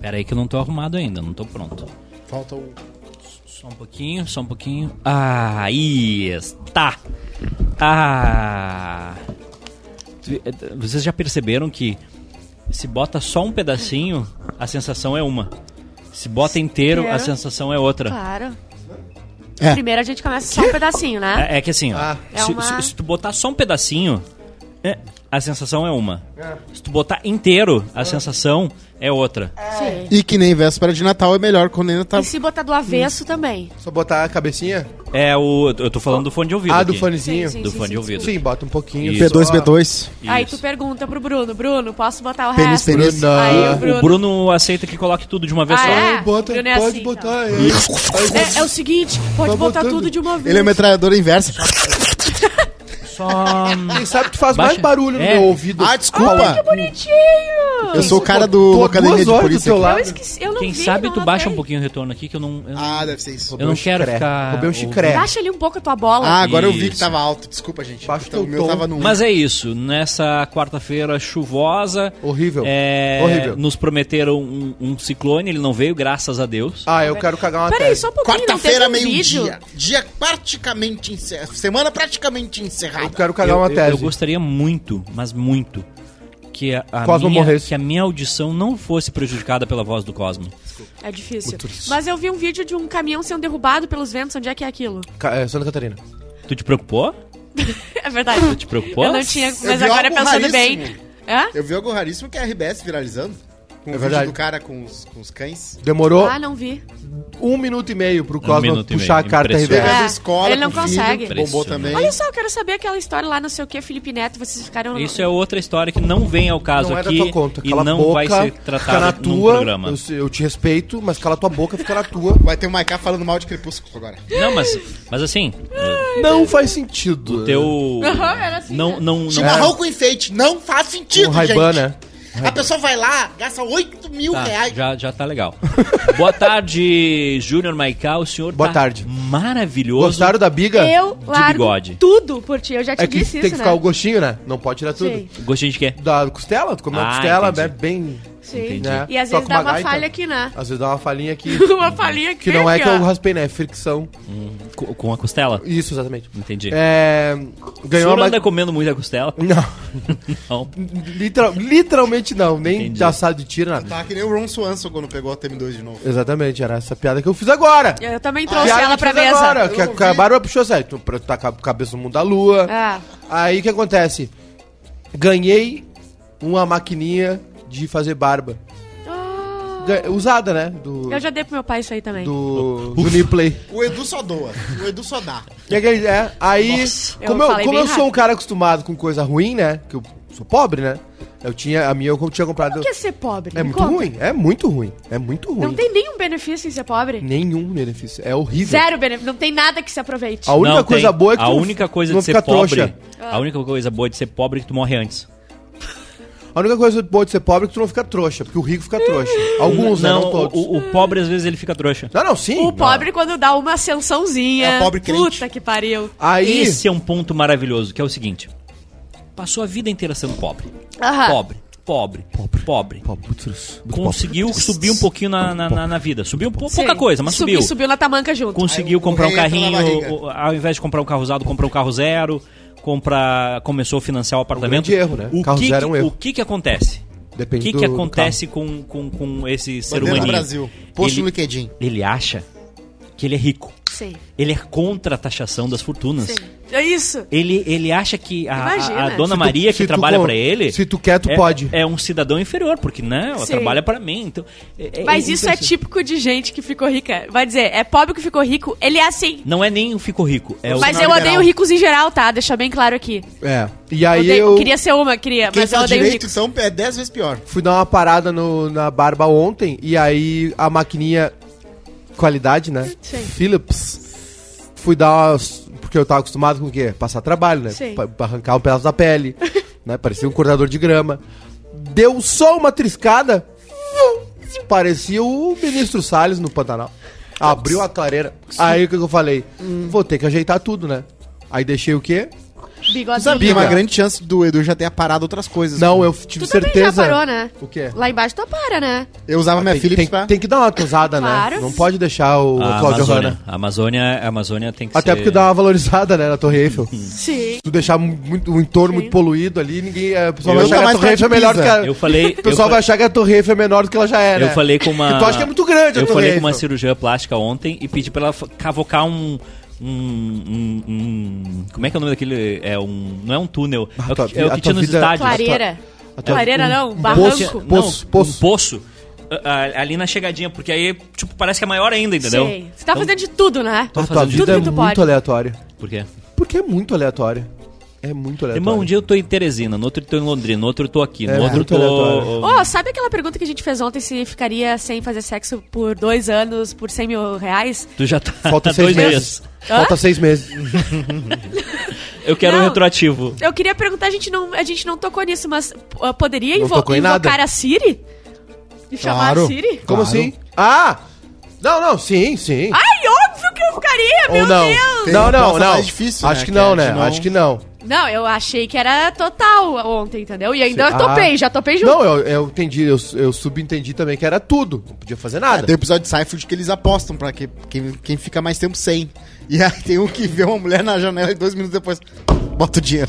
Pera aí que eu não tô arrumado ainda, não tô pronto. Falta o. Só um pouquinho, só um pouquinho. Ah, aí está. Ah. Tu- eh, Vocês já perceberam que se bota só um pedacinho, a sensação é uma. Se bota inteiro, a Inteiro. Tá. sensação é outra. Claro. É. Primeiro a gente começa só um pedacinho, né? É, é que assim, ó. Ah. É se, uma- se- se tu botar só um pedacinho, é, a sensação é uma. Se tu botar inteiro, a sensação é outra. Sim. E que nem véspera de Natal é melhor quando ainda tá. E se botar do avesso também. Só botar a cabecinha? É o. Eu tô falando do fone de ouvido. Ah, do aqui. fonezinho? Sim, Do fone de ouvido. Sim, bota um pouquinho. Isso. P2, só. B2. Isso. Aí tu pergunta pro Bruno, Bruno, posso botar o Pênis, resto? pênis. Aí o Ah, Bruno. O Bruno aceita que coloque tudo de uma vez Ah, só. é? Bota, Bruno é pode assim, botar. aí. É, é o seguinte, pode Vai botar botando. tudo de uma vez. Ele é metralhadora inversa. Só. hum, Quem sabe tu faz Baixa. mais barulho É. no meu ouvido. Ah, desculpa! Bonitinho! Eu sou o cara Tô do duas Academia de horas do Polícia. teu aqui. lado. Eu esqueci, eu não Quem vi, sabe não tu baixa anotei. um pouquinho o retorno aqui que eu não. Eu, Ah, deve ser isso. eu não quero chicré. ficar. Roubei um ouvindo. chicré. Baixa ali um pouco a tua bola. Ah, agora eu vi que Isso. tava alto. Desculpa, gente. Baixa Então, o o teu meu tom. tava no. Mas é isso, nessa quarta-feira chuvosa. Horrível. é, Horrível. Nos prometeram um, um ciclone, ele não veio, graças a Deus. Ah, eu quero cagar uma Peraí, tese. só um pouquinho, não teve tá. Quarta-feira, um vídeo? meio-dia. Dia praticamente encerrado. Semana praticamente um encerrada. Eu quero eu, cagar uma eu- tese. eu gostaria muito, mas muito, que a, a Cosmo minha, morresse. que a minha audição não fosse prejudicada pela voz do Cosmo. É difícil. Mas eu vi um vídeo de um caminhão sendo derrubado pelos ventos, onde é que é aquilo? Ca- é, Santa Catarina. Tu te preocupou? É verdade. Te preocupou? Eu não tinha, Eu mas vi agora algo pensando bem. raríssimo. Hã? Eu vi algo raríssimo que é a RBS viralizando. Com É o vídeo verdade. do cara com os, com os cães. Demorou Ah, não vi. um minuto e meio pro Cosmo minuto e puxar meio. a carta Impressionante. RBS. Pegando É, escola, ele não com consegue. Filho, bombou Impressionante. também. Olha só, eu quero saber aquela história lá, não sei o que, Felipe Neto, vocês ficaram... Isso é outra história que não vem ao caso Não é da aqui tua conta. e Cala não a boca, vai ser fica na tratado num tua. programa. Eu, sei- eu te respeito, mas cala tua boca, fica na tua. Vai ter o Maiká falando mal de Crepúsculo agora. Não, mas, mas assim, Não faz sentido. o teu. Aham, era assim, não, né? não, não, é. Chimarrão um com enfeite. Não faz sentido, O É. Ray-Ban, gente. né? A pessoa vai lá, gasta 8 mil Tá, reais. já, já tá legal. Boa tarde, Júnior Maiká. O senhor Boa tá tarde. maravilhoso. Gostaram da biga? Eu largo é bigode. tudo por ti, eu já te É que disse tem isso, que né? ficar o gostinho, né? Não pode tirar tudo. Sim, Gostinho de quê? Da costela, tu comeu Ah, a costela, entendi. né? Bem. sim. Entendi. Né? E às Só vezes dá com uma uma gaita. falha aqui, né? Às vezes dá uma falinha aqui. uma falhinha aqui. que não é que eu ó. raspei, né? É fricção. Co- Com a costela? Isso, exatamente. Entendi. É. o Ganhou senhor uma. anda comendo muito a costela? Não, Não. literal- literalmente não, nem Entendi. de assado de tiro, nada. Tá que nem o Ron Swanson quando pegou a TM2 de novo. Exatamente, era essa piada que eu fiz agora. Eu também trouxe Piada ela que eu pra fiz mesa. Agora, Eu que não vi. a Bárbara puxou assim, tu pra- tá com a cabeça no mundo da lua. É. Aí o que acontece? Ganhei uma maquininha de fazer barba. Ah, Ga- Usada, né? Do, eu já dei pro meu pai isso aí também. do, do Niplay. O Edu só doa. O Edu só dá. É, que- é, aí, como eu eu, falei como bem eu sou um rápido. cara acostumado com coisa ruim, né? Que eu sou pobre, né? Eu tinha, a minha eu tinha comprado... O que é ser pobre? É Me muito conta. ruim, é muito ruim, é muito ruim. Não tem nenhum benefício em ser pobre? Nenhum benefício, é horrível. Zero benefício, não tem nada que se aproveite. A única Não, coisa tem. boa é que A tu não- única coisa não de ser fica pobre. trouxa. Ah. A única coisa boa de ser pobre é que tu morre antes. A única coisa boa de ser pobre é que tu não fica trouxa, porque o rico fica trouxa. Alguns, né? não, Não todos. O, o pobre às vezes ele fica trouxa. Não, não, sim. O Não. pobre quando dá uma ascensãozinha. É a pobre crente. Puta que pariu. Aí, Esse é um ponto maravilhoso, que é o seguinte. Passou a vida inteira sendo pobre. Aham. Pobre, pobre, pobre, pobre. Conseguiu subir um pouquinho na, na, na- na vida. Subiu um pou- pouca Sim. coisa, mas Subi- subiu. Subiu na tamanca junto. Conseguiu o comprar um rei entra na barriga. carrinho, o- ao invés de comprar um carro usado, comprou um carro zero, compra, começou a financiar o apartamento. grande erro, né? O Carro que zero é um que- erro. O que que acontece? O Depende que do- que do acontece com, com, com esse ser Bandeira do humano? Brasil. Post no Ele, LinkedIn. ele acha que ele é rico. Sim. Ele é contra a taxação das fortunas. Sim. É isso. Ele, ele acha que a, Imagina. a- a dona Se tu- Maria se que tu trabalha con- pra ele. se tu quer, tu é, pode. É um cidadão inferior, porque né, ela Sim. trabalha pra mim. Então, é- é- Mas isso é interessante. típico de gente que ficou rica. Vai dizer, é pobre que ficou rico, ele é assim. Não é nem o Fico Rico. É o Mas sinal eu liberal. odeio ricos em geral, tá? Deixa bem claro aqui. É. E aí Odeio- eu Queria ser uma, queria, Quem mas eu fala odeio direito, ricos. então, é 10 vezes pior. fui dar uma parada no- na barba ontem e aí a maquininha qualidade, né? Sim. Philips. Fui dar umas, porque eu tava acostumado com o quê? Passar trabalho, né? Sim. Pa- pra arrancar um pedaço da pele, né? Parecia um cortador de grama. Deu só uma triscada. Parecia o ministro Salles no Pantanal. Hum. Abriu a clareira. Aí o que que eu falei? Vou ter que ajeitar tudo, né? Aí deixei o quê? Bigodinho. Sabia, uma cara. grande chance do Edu já ter parado outras coisas. Não, eu tive Tu também já certeza. parou, né? O que é? Lá embaixo tu para, né? Eu usava minha Ah, Tem- É, Philips tá. tem, pra... tem que dar uma tosada, né? Claro. Não pode deixar o A Cláudio Ah, Amazônia. Hanna. A Amazônia, a Amazônia tem que Até ser... porque dá uma valorizada, né, na Torre Eiffel. Se Sim. tu deixar mu- muito, o entorno muito poluído ali, ninguém. A pessoa Eu vai nunca achar que a mais Torre Eiffel é falo de melhor que Pisa. a. né? Eu falei... O pessoal eu vai achar que a Torre Eiffel é menor do que ela já era. Eu falei com uma. Porque tu acha que é muito grande a Eu Torre falei com uma Eiffel. cirurgiã plástica ontem e pedi pra ela fa- cavocar um. Um, um- um- Como é que é o nome daquele. É um. Não é um túnel. Ah, é o tua que, é o vida- que a tinha tua nos vida- estádios. Clareira. A tua- Clareira um- não, um barranco. poço, poço, não, poço. Um poço. a- a- Ali na chegadinha, porque aí, tipo, parece que é maior ainda, entendeu? Sim. Você tá Então- fazendo de tudo, né? Tô A tua fazendo de vida é tudo que tu muito pode. aleatória. Por quê? Porque é muito aleatória. É muito aleatória. Irmão, um dia eu tô em Teresina, no outro eu tô em Londrina, no outro eu tô aqui, no É, outro eu muito tô. oh, aleatório. Ô, sabe aquela pergunta que a gente fez ontem se ficaria sem fazer sexo por dois anos, por 100 mil reais? Tu já tá. Falta há seis dois meses. dias. Hã? Falta seis meses. Eu quero um Não. retroativo. Eu queria perguntar, a gente não, a gente não tocou nisso, mas uh, poderia Não invo- tocou em invocar nada. a Siri? E chamar a Siri? Claro. Como assim? Ah! Não, não, sim, sim. Ai, óbvio que eu ficaria, Ah, meu Ou não? Deus! Tem Não, uma não, proposta não. mais difícil, Acho né, que que a não, gente né? não- Acho que não. Não, eu achei que era total ontem, entendeu? E ainda eu Ah. topei, já topei junto. Não, eu, eu entendi, eu, eu subentendi também que era tudo. Não podia fazer nada. Tem um episódio de Seinfeld que eles apostam pra que, quem, quem fica mais tempo sem. E aí tem um que vê uma mulher na janela e dois minutos depois bota o dinheiro.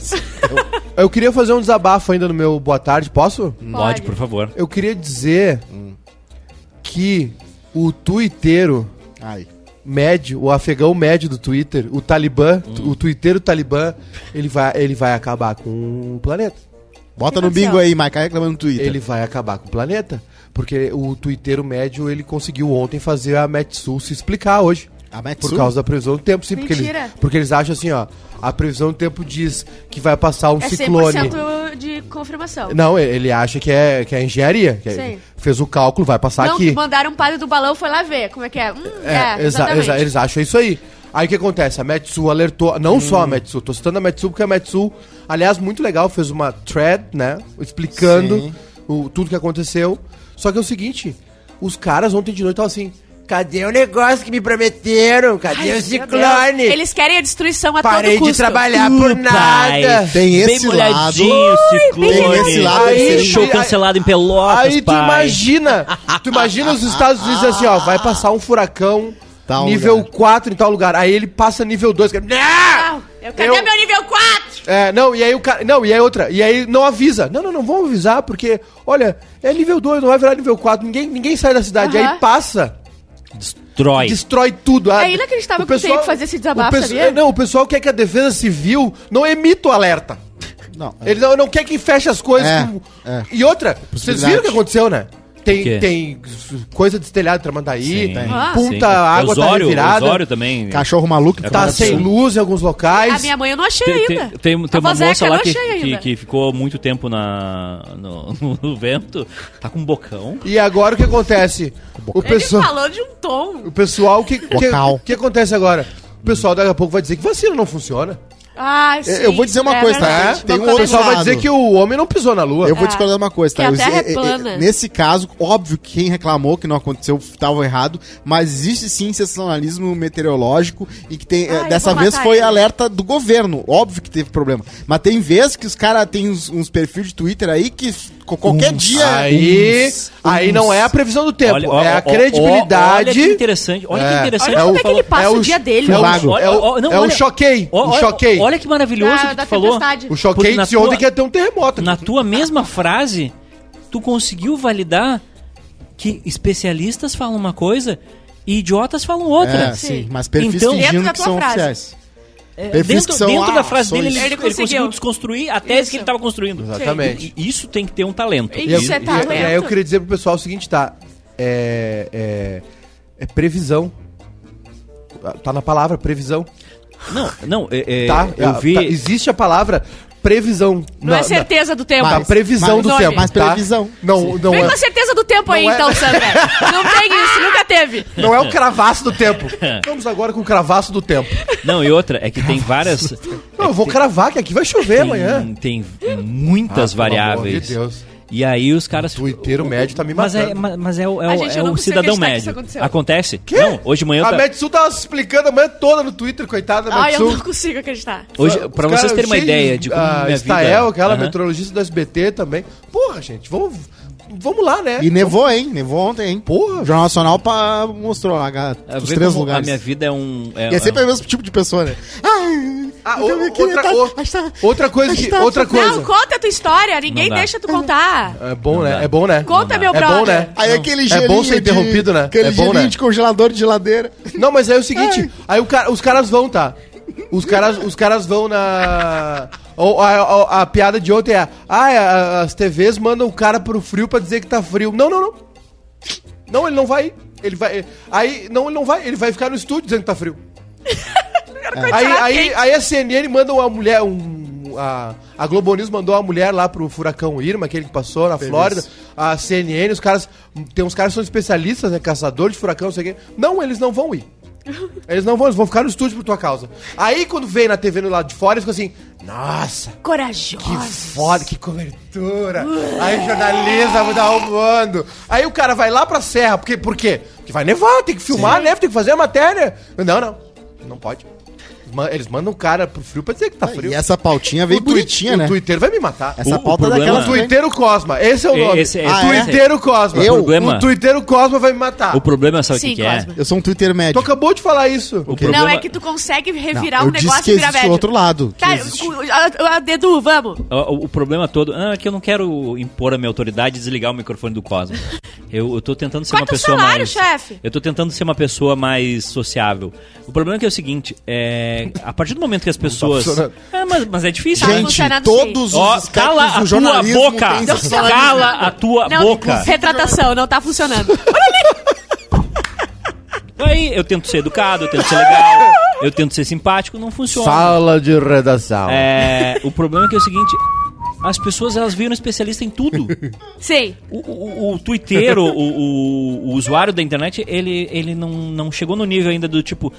Eu queria fazer um desabafo ainda no meu boa tarde, posso? Pode, por favor. Eu queria dizer que o tuiteiro Ai. médio, o afegão médio do Twitter, o Talibã, o tuiteiro Talibã, ele vai, ele vai acabar com o planeta. Bota Que no bingo aconteceu? aí, Maica, reclamando no Twitter. Ele vai acabar com o planeta. Porque o tuiteiro médio, ele conseguiu ontem fazer a Metsul se explicar hoje. A Metsu? Por causa da previsão do tempo, sim. Porque eles, É Mentira. porque eles acham assim, ó. A previsão do tempo diz que vai passar um é ciclone. 100% de confirmação. Não, ele- ele acha que é, que é engenharia. que é- Sim. fez o cálculo, vai passar Não, tá aqui. mandaram um padre do balão, foi lá ver como é que é. Hum, é, É, exa- exatamente. exa- eles acham isso aí. Aí o que acontece? A Metsu alertou, não só a Metsu, tô citando a Metsu porque a Metsu, aliás, muito legal, fez uma thread, né, explicando Sim. o, tudo que aconteceu. Só que é o seguinte, os caras ontem de noite estavam assim, cadê o negócio que me prometeram? Cadê o Meu Deus, ciclone? Eles querem a destruição a Parei todo custo. Hum, de trabalhar por nada. Pai, Tem bem esse molhadinho, lado. ciclone. Tem esse lado, Aí, ele show seria- cancelado em Pelotas, Aí tu pai. imagina, tu imagina os Estados Unidos assim, ó, vai passar um furacão Tal nível lugar. 4 em tal lugar. Aí ele passa nível 2, cara, Ah, não! eu, cadê Eu- meu nível 4? "Né?" É, não, e aí o cara, não, e aí outra, e aí não avisa. Não, não, não vamos avisar porque olha, é nível 2, não vai virar nível 4, ninguém ninguém sai da cidade. Aham. Aí passa Destrói. destrói tudo. Ah, É inacreditável o que eu tenha que fazer esse desabafo, o pesso- sabia? Não, o pessoal quer que a defesa civil não emita o alerta. Não, é- Ele não, não quer que feche as coisas. É, com- é. E outra, vocês viram o que aconteceu, né? O Tem, quê? tem coisa de estelhado Tramandaí, Sim, tem. Ah. sim. punta, a água Osório, tá revirada, Osório também. Cachorro maluco. que É tá Cara, sem sim. luz em alguns A locais. minha mãe eu não achei Tem, tem, ainda. tem, A tem uma vozeca, moça eu lá não que, achei que, ainda. que ficou muito tempo na, no, no vento. Tá com um bocão. E agora o que acontece? O Ele pessoal, falou de um tom. o pessoal que, que, Vocal. que acontece agora? O pessoal daqui a pouco vai dizer que vacina não funciona. É? Ai, sim, é eu vou dizer uma coisa, tá? verdade. Tem Vou um O outro começar. pessoal vai lado. dizer que o homem não pisou na lua. Eu vou Ah. discordar de uma coisa, tá? Que a Eu- Terra é eh, eh, plana. nesse caso, óbvio que quem reclamou que não aconteceu estava errado, mas existe sim sensacionalismo meteorológico e que tem. eh, Ah, eu dessa vou vez matar foi ele. alerta do governo. Óbvio que teve problema. Mas tem vezes que os caras têm uns, uns perfis de Twitter aí que f- co- qualquer dia. Aí, Uns, aí uns. não é a previsão do tempo, ó, é ó, a ó, credibilidade. Olha que interessante. Olha É. que interessante. Olha o como que tá é que ele falou. passa É o o dia ch- dele. é o Olha- vago. olha- olha- não, é o olha- choquei, ó, o olha- choquei. Olha que maravilhoso Da- um que da tu falou. tempestade. O Porque choquei na disse ontem tua- que ia ter um terremoto. na tua mesma frase, tu conseguiu validar que especialistas falam uma coisa e idiotas falam outra. É, sim, mas perfis perfeito. então, Dentro da fingindo que tua são frase. oficiais. é, perfis dentro, que são, dentro ah, da frase dele, ele, sou isso. ele Ele conseguiu. conseguiu. desconstruir a tese Isso. que ele estava construindo. Exatamente. E- e Isso tem que ter um talento. E E, eu- Isso é e- talento. e aí eu queria dizer pro pessoal o seguinte, tá? É, é, é previsão. Tá na palavra previsão, Não, não, é, é, tá? eu Ah, vi. tá, existe a palavra previsão. Não é certeza do tempo. Tá, previsão mas- do nome. tempo, Mas tá? previsão. Não, não Vem é, com a certeza do tempo aí, Não é- então, Sandra. Não tem isso, nunca teve. não é o cravaço do tempo. Vamos agora com o cravaço do tempo. Não, e outra, é que tem várias. É Não, eu vou cravar que aqui vai chover amanhã. Tem, tem muitas Ah, pelo amor variáveis. de Deus. E aí os caras. Twitter, o médio tá me Mas matando. é, ma- mas é o, é A o- gente, é eu não o consigo cidadão acreditar que isso médio. aconteceu. Acontece? Não, hoje de manhã. eu A ta- Metsu tava se explicando a manhã toda no Twitter, coitada da Ai, eu Metsu. não consigo acreditar. Hoje, Os pra caras vocês terem uma cheios ideia de como ah, minha Stael, vida... aquela Aham. meteorologista do SBT também. Porra, gente, vamos, vamos lá, né? E nevou, hein? Nevou ontem, hein? Porra, O Jornal Nacional pa- mostrou lá, ga- Ah, os vê três como A lugares. minha vida é um... E é sempre o mesmo tipo de pessoa, né? Ai, Ah, eu o- queria outra- tá- o- acho tá- outra coisa que- acho tá- outra coisa. Não, conta a tua história. Ninguém dá. deixa tu contar. É bom, Não dá. né? É bom, né? Conta, dá. meu É brother. bom, né? Aí aquele É bom gelinho ser de- interrompido, né? Aquele É bom, gelinho né? de congelador de geladeira. Não, mas aí é o seguinte, Ai. aí o cara- os caras vão, tá? Os caras, os caras vão na. ou- a, a- a piada de ontem é. Ah, é, a- as TVs mandam o cara pro frio pra dizer que tá frio. Não, não, não. Não, ele não vai. ir. Ele vai. Aí, não, ele não vai. Ele vai ficar no estúdio dizendo que tá frio. É. Aí, aí, aí a CNN manda uma mulher. Um, a, a Globo News mandou uma mulher lá pro furacão Irma, aquele que passou na Flórida. A CNN, os caras. Tem uns caras que são especialistas, né? Caçador de furacão, não sei o quê. Não, eles não vão ir. Eles não vão, eles vão ficar no estúdio por tua causa. Aí quando vem na TV no lado de fora, eles ficam assim: Nossa, que Corajosos. foda, que cobertura. Aí jornalista vai dar roubando. Aí o cara vai lá pra serra, porque, por quê? Porque vai nevar, tem que filmar, né? Tem que fazer a matéria. Não, não. Não pode. Ma- Eles mandam o cara pro frio pra dizer que tá frio. E essa pautinha veio o, tui- bonitinha, o né? Twitter vai me matar. Essa O- o pauta é problema- é daquela O Twitter Cosma, esse é o E- nome. esse- esse- o Twitter Cosma. Eu? O Problema. Twitter Cosma vai me matar. O problema, sabe o Sim, que, que é? Cosma. Eu sou um Twitter médio. Tu acabou de falar isso. O Não, problema- é que tu consegue revirar Não, um eu disse negócio que e virar existe médio. o outro lado. que Tá, existe. o- a- a- Dedu, vamos. O, o problema todo... Ah, é que eu não quero impor a minha autoridade e desligar o microfone do Cosmo. Eu, eu tô tentando ser Corta uma o pessoa salário, mais... chefe. Eu tô tentando ser uma pessoa mais sociável. O problema é que é o seguinte, é... A partir do momento que as pessoas... funcionando. Ah, mas, mas é difícil, né? Gente, funcionando todos os Ó, aspectos cala a do tua jornalismo boca! têm Não, seus não. Cala a tua Não, boca! retratação, não tá funcionando. Aí eu tento ser educado, eu tento ser legal, eu tento ser simpático, não funciona. Sala de redação. É, o problema é que é o seguinte: as pessoas elas viram especialista em tudo. Sim. O, o, o Twitter, o, o- o usuário da internet, ele, ele não, não chegou no nível ainda do tipo.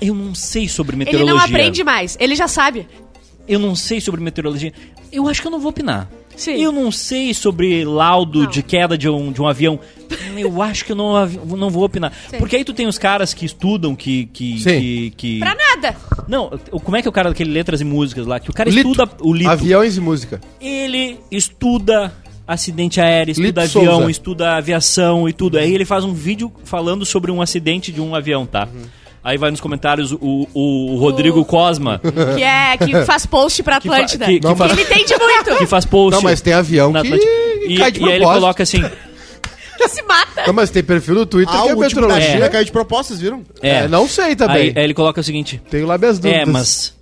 Eu não sei sobre Ele não meteorologia. aprende mais, ele já sabe. Eu não sei sobre meteorologia. Eu acho que eu não vou opinar. Sim. Eu não sei sobre laudo Não. de queda de um, de um avião. Eu acho que eu não, avi- não vou opinar. Sim. Porque aí tu tem os caras que estudam, que. que, Sim. que, que- Pra nada. Não, o- como é que é o cara daquele letras e músicas lá? Que o cara Lito. estuda o lito. Aviões e música. ele estuda acidente aéreo, estuda Lito avião, Souza. estuda aviação e tudo. Aí ele faz um vídeo falando sobre um acidente de um avião, tá? Aí vai nos comentários o, o- o Uhum. Rodrigo Cosma, Que é que faz post pra que, fa- Atlântida. que- que Não, fa- Ele entende muito. que faz post Não, mas tem avião na que Atlântida. que E, cai de e aí ele propósito. coloca assim, Que se mata. Não, mas tem perfil no Twitter Ah, que é o último da meteorologia. China caiu de propósito, vocês viram? é, É, não sei aí, também. aí ele coloca o seguinte, Tenho lá minhas dúvidas. é, mas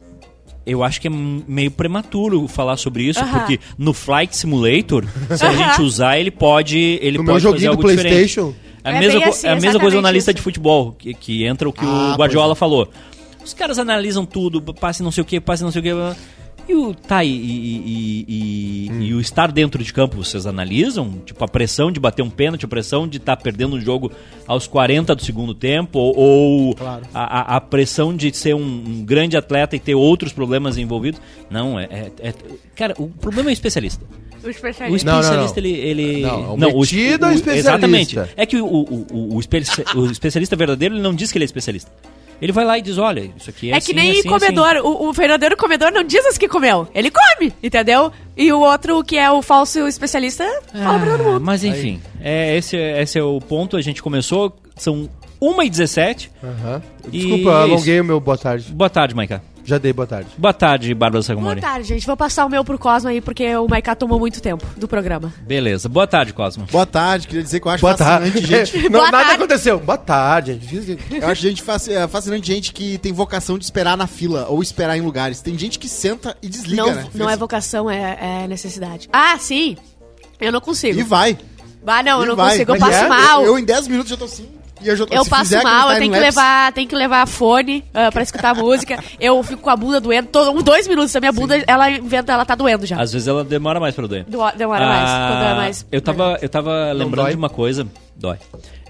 eu acho que é m- meio prematuro falar sobre isso, Aham. porque no Flight Simulator, se a Aham. gente usar, ele pode, ele No meu pode fazer joguinho do algo diferente. PlayStation. É É a mesma, bem co- assim, é a mesma coisa o exatamente analista isso. de futebol, que, que entra o que Ah, o Guardiola falou. Os caras analisam tudo, passe não sei o que, passe não sei o que. E o, tá, e, e- e- e- e o estar dentro de campo, vocês analisam? Tipo, a pressão de bater um pênalti, a pressão de estar perdendo o jogo aos 40 do segundo tempo, ou, ou a, a- a pressão de ser um, um grande atleta e ter outros problemas envolvidos. Não, é- é- é. Cara, o problema é o especialista. O O especialista. Não, não, especialista, não. ele... ele... Não, um o metido é o especialista. Exatamente. É que o, o, o, o especi- o especialista verdadeiro, ele não diz que ele é especialista. Ele vai lá e diz, olha, isso aqui é É assim, que nem assim, comedor. assim. O, o verdadeiro comedor não diz as que comeu. Ele come, entendeu? E o outro, que é o falso especialista, fala pra todo Ah, mundo. mas enfim, é, esse, é- esse é o ponto. A gente começou, são 1h17. Aham. E Desculpa, é alonguei o meu boa tarde. Boa tarde, Maica. Já dei boa tarde. Boa tarde, Bárbara Boa Sacomori. tarde, gente. Vou passar o meu pro Cosmo aí, porque o Maiká tomou muito tempo do programa. Beleza. Boa tarde, Cosmo. Boa tarde, queria dizer que eu acho Boa fascinante, tarde. gente. Não, Boa nada tarde. aconteceu. Boa tarde, gente. assim, Eu acho gente fasc- é, fascinante gente que tem vocação de esperar na fila ou esperar em lugares. Tem gente que senta e desliga, não, né? assim. não é vocação, é, é necessidade. Ah, sim. Eu não E consigo. vai. Ah, não, eu e não vai. consigo. Eu Mas passo é? mal. Eu, Eu, eu em 10 minutos já tô assim. E eu já tô, se fizer tá passo aquele mal, eu time tenho que lapse- levar, tenho que levar fone ah, pra escutar a música. Eu fico com a bunda doendo. Todo, um, dois minutos, a minha bunda, ela inventa, ela tá doendo já. Às vezes ela demora mais pra doer. Do- demora mais, quando é mais- Ah, Eu tava, eu tava lembrando dói? de uma coisa... Dói.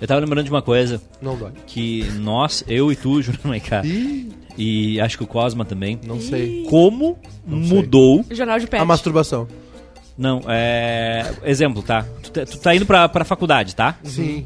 Eu tava lembrando de uma coisa Não dói. que nós, eu e tu, Júnior Maiká, Ih, e acho que o Cosma também, não sei. como sei. mudou Jornal de pé. A masturbação. Não, é. Exemplo, tá? Tu, tá- tu tá indo pra, pra faculdade, tá? Sim.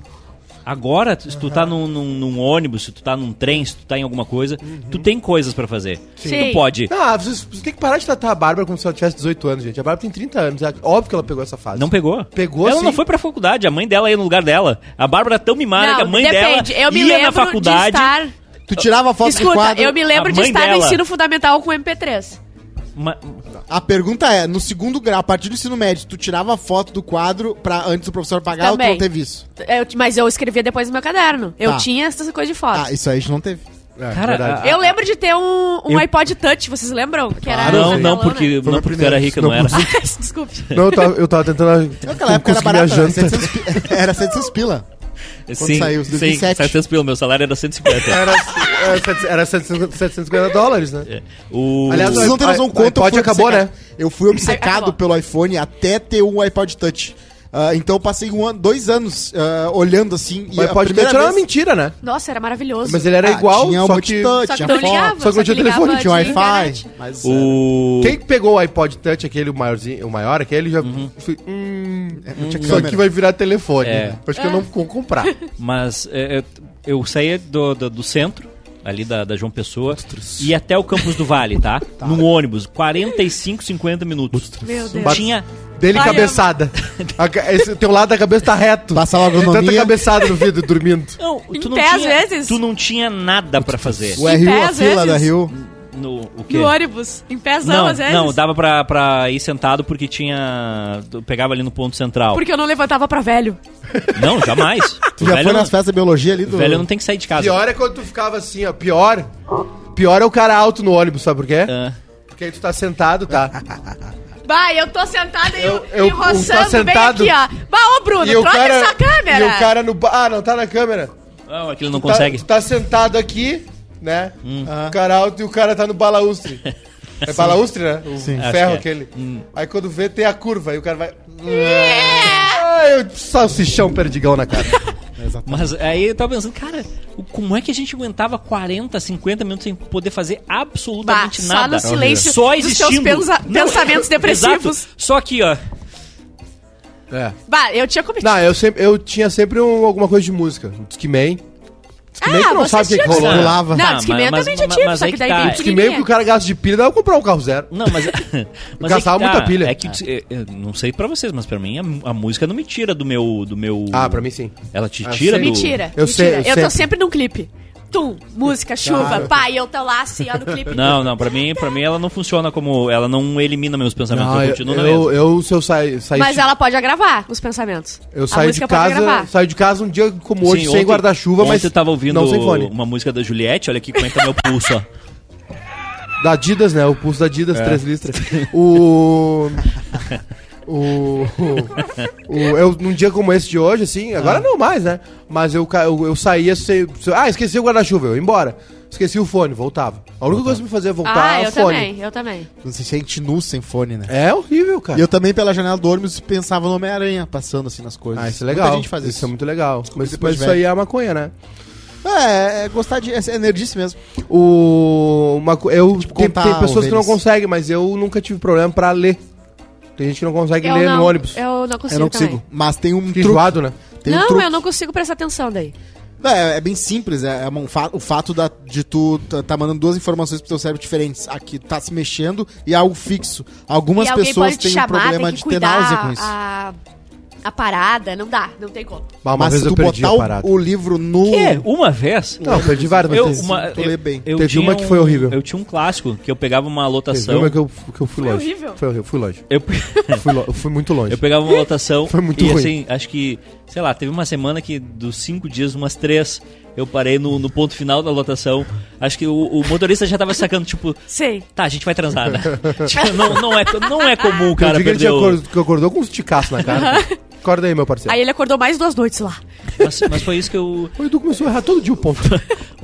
Agora, tu- se tu tá num, num- num ônibus, se tu tá num trem, se tu tá em alguma coisa, tu tem coisas pra fazer. Sim. Tu pode. Ah, vocês, vocês têm que parar de tratar a Bárbara como se ela tivesse 18 anos, gente. A Bárbara tem 30 anos. É óbvio que ela pegou essa fase. Não pegou? Pegou, Ela sim. não foi pra faculdade, a mãe dela ia no lugar dela. A Bárbara é tão mimada que a mãe depende. dela eu me ia lembro na faculdade. de estar... Tu tirava foto do Escuta, quadro. eu me lembro A de mãe estar no dela. ensino fundamental com MP3. ma- A pergunta é, no segundo grau, a partir do ensino médio, tu tirava foto do quadro pra antes do professor pagar ou Também. tu não teve isso? É, Eu- mas eu escrevia depois no meu caderno. Eu Tá. tinha essas coisas de foto. Ah, isso aí a gente não teve. É, Cara, verdade. a- eu lembro de ter um, um Eu- iPod Touch, vocês lembram? Que era não, Ah, na não, telona. porque, Foi não meu porque tu primeiro. era rica, Não, não era. Desculpe. Não, eu tava, eu tava tentando. Naquela época era conseguir barata, a era janta. 700, pi- era 700 pila. saiu, sim, 2007. 700 pila, meu salário era 150. Era, era, 700 era 750 750 dólares, né? É. o... Aliás, Vocês não têm noção i- o quanto eu iPod fui acabou, né? obcecado. Eu fui obcecado Acabou. pelo iPhone até ter um iPod Touch. Ah, então eu passei um ano, dois anos ah, olhando assim. O iPod Touch era uma mentira. mentira, né? Nossa, era maravilhoso. Mas ele era igual, tinha só um que... touch, Só que tinha não foto, ligava. só que não tinha ligava telefone, tinha um de Wi-Fi. é, internet. Mas, é, O... Quem pegou o iPod Touch, aquele o maiorzinho, o maior, aquele já Uhum. foi, hum, é, não tinha isso aqui câmera. vai virar telefone. É. Acho que eu não vou comprar. Mas é, é, eu saía do, do, do centro, ali da, da João Pessoa, e até o Campus do Vale, tá? Num ônibus, 45, 50 minutos. Meu Não Deus. tinha Dele Ai, cabeçada. A ca- esse- o teu lado da cabeça tá reto. Passava De Tanta agronomia. cabeçada no vidro, dormindo. Não, Em tu não pé, tinha, às vezes. Tu não tinha nada pra fazer. O Em RU, pé, a às fila vezes. da Rio. No, o quê? No ônibus. Em é pezão, não, às vezes. não, dava pra, pra ir sentado porque tinha. tu Pegava ali no ponto central. Porque eu não levantava pra velho. Não, jamais. Tu já foi não, nas festas de biologia ali do. velho não tem que sair de casa. Pior é quando tu ficava assim, ó. Pior. Pior é o cara alto no ônibus, sabe por quê? Ah, Porque aí tu tá sentado, tá? Vai, eu tô sentada e, Eu- eu, eu- e roçando eu tô sentado. bem aqui, ó. Bah, ô Bruno, troca essa câmera. E o cara no. ba- Ah, não tá na câmera. não, aquilo não Tá- consegue. Hum. tu tá sentado aqui, né? O cara alto e o cara tá no balaustre. É balaustre, né? O Acho ferro que é. aquele. Hum. Aí quando vê, tem a curva. E o cara vai... Ai, eu- salsichão perdigão na cara. Mas aí eu tava pensando, cara, o- como é que a gente aguentava 40, 50 minutos sem poder fazer Bah, absolutamente só nada? no silêncio Só dos existindo. seus pensa- Não, é, pensamentos depressivos. Exato. Só aqui, ó. é. Bah, eu tinha cometido. Não, eu, sempre, eu tinha sempre um- alguma coisa de música. Um Discman. Discman que não Ah, você sabe o que, tinha que rolou. Não, Rolava. Não, Ah, diz que meia também já mas- tive, mas só aí que daí tá. bem É que- Discman que o cara gasta de pilha, dá pra comprar um carro zero. Não, mas. é mas Gastava é que tá. muita pilha. É que, é, é, não sei pra vocês, mas pra mim a, a música não me tira do meu. Do meu Ah, pra mim sim. Ela te Ah, tira sim. do. Mentira. Eu Eu, sei, mentira. eu eu tô sempre. sempre num clipe. Tum, música, chuva, pai, eu tô lá assim, ó, no clipe. Não, não, pra mim, pra mim ela não funciona como. Ela não elimina meus pensamentos. Não, eu Ah, eu, continuo Ah, então na eu, mesma. eu- se eu sair... sair Mas de- ela pode agravar os pensamentos. Eu A saio de música pode casa, agravar. saio de casa um dia como hoje, Sim, sem ontem- guarda-chuva, mas Ontem eu tava ouvindo não sem fone. uma música da Juliette, olha aqui como é que tá meu pulso, ó. Da Adidas, né? O pulso da Adidas, É. três listras. O... O, o, eu, num dia como esse de hoje, assim, Ah. agora não mais, né? Mas eu, ca- eu, eu saía sem. se- Ah, esqueci o guarda-chuva, eu ia embora. Esqueci o fone, voltava. A única coisa que me fazia voltar Ah, era eu o fone. também, eu também. Não se sente nu sem fone, né? É horrível, cara. E eu também, pela janela do ônibus, pensava no Homem-Aranha, passando assim nas coisas. Ah, isso é Muita legal. gente faz isso. é muito legal. Mas, depois mas de isso aí é a maconha, né? É, é gostar de. É, é nerdice mesmo. O, uma, co- eu, tem, contar tem pessoas que não ovelhas. conseguem, mas eu nunca tive problema pra ler. Tem gente que não consegue Eu ler não, no ônibus. Eu não consigo eu não também. consigo. Mas tem um Fica truque. enjoado, né? Tem um não, truque. eu não consigo prestar atenção daí. Não, é, é bem simples, é, é um fa- o fato da- de tu tá, tá mandando duas informações pro teu cérebro diferentes. Aqui tá se mexendo e é algo fixo. Algumas e alguém pessoas pode te têm um chamar, problema tem que de ter cuidar náusea com isso. A, a parada, não dá, não tem como. Bah, uma Mas vez se eu tu perdi a botar parada. o, o livro no. É, uma vez. Não, eu perdi várias Eu, vezes. uma, tu lê bem. Teve tinha uma que foi horrível. Eu tinha um clássico que eu pegava uma Teve lotação. uma que eu, que eu fui Foi longe. horrível. Foi horrível, fui longe. Eu, Eu fui, lo- eu fui muito longe. eu pegava uma lotação. Foi muito e ruim. assim, acho que, sei lá, teve uma semana que dos cinco dias, umas três, eu parei no, no ponto final da lotação. Acho que o, o motorista já tava sacando, tipo, Sei. tá, a gente vai transar, né? Tipo, não, não, é, não é comum o cara eu que perder ele tinha o- acordado, que acordou com uns ticaços na cara. Acorda aí, meu parceiro. Aí ele acordou mais duas noites lá. Mas, mas foi isso que eu. O Edu começou a errar todo dia o ponto.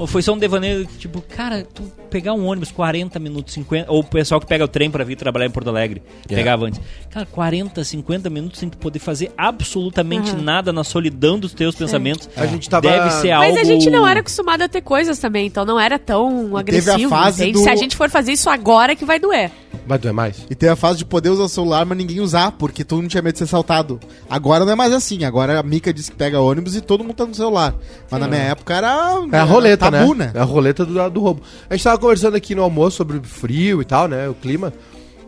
Foi só um devaneio, tipo, cara, tu pegar um ônibus 40 minutos, 50. Ou o pessoal que pega o trem pra vir trabalhar em Porto Alegre, pegava antes. Cara, 40, 50 minutos sem tu poder fazer absolutamente nada na solidão dos teus pensamentos. A gente tava- Deve ser É Mas algo. Mas a gente não era acostumado a ter coisas também, então não era tão teve a agressivo. fase entende? do- Se a gente for fazer isso agora, que vai doer. Mas tu é mais. E teve a fase de poder usar o celular, mas ninguém usar, porque todo mundo tinha medo de ser saltado. Agora não é mais assim. Agora a Mica diz que pega ônibus e todo mundo tá no celular. Mas Hum. na minha época era. É a roleta, era tabu, né? É a roleta do, do roubo. A gente tava conversando aqui no almoço sobre frio e tal, né? O clima.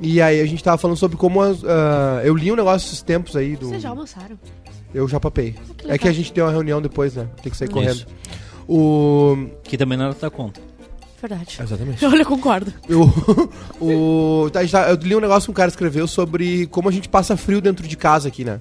E aí a gente tava falando sobre como as, ah, eu li um negócio esses tempos aí do. Vocês já almoçaram? Eu já papei. que é que legal. a gente tem uma reunião depois, né? Tem que sair correndo. Isso. O. Que também nada dá conta. Verdade. Exatamente. Olha, eu concordo. Eu, o, tá, a gente tá- eu li um negócio que um cara escreveu sobre como a gente passa frio dentro de casa aqui, né?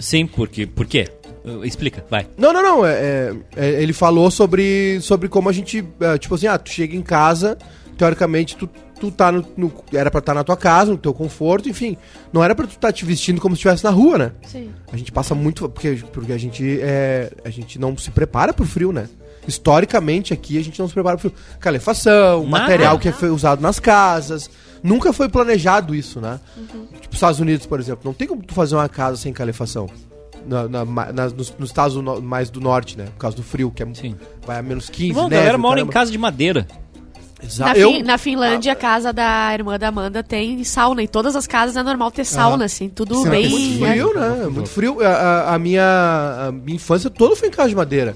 Sim, porque. Por quê? Uh, Explica, vai. Não, não, não. é- é- é- ele falou sobre, sobre como a gente. é, tipo assim, ah, tu chega em casa, teoricamente tu, tu tá no, no- Era pra estar na tua casa, no teu conforto, enfim. Não era pra tu estar te vestindo como se estivesse na rua, né? Sim. A gente passa muito. Porque, porque a, gente, é, a gente não se prepara pro frio, né? Historicamente aqui a gente não se prepara pro frio. Calefação, Nada. material que foi usado nas casas. Nunca foi planejado isso, né? Uhum. Tipo, os Estados Unidos, por exemplo, não tem como tu fazer uma casa sem calefação. Na, na- ma- nas- nos, nos estados no- mais do norte, né? Por causa do frio, que é, Sim. Né, vai a menos 15, Irmão, a neve, galera mora em caramba. casa de madeira. Exato. Na, Eu- Fin- na Finlândia, a casa da irmã da Amanda tem sauna. Em todas as casas é normal ter sauna, assim. Tudo Ah. Sim, é bem. muito né? Frio, né? Muito frio. A, a- a minha, a minha infância toda foi em casa de madeira.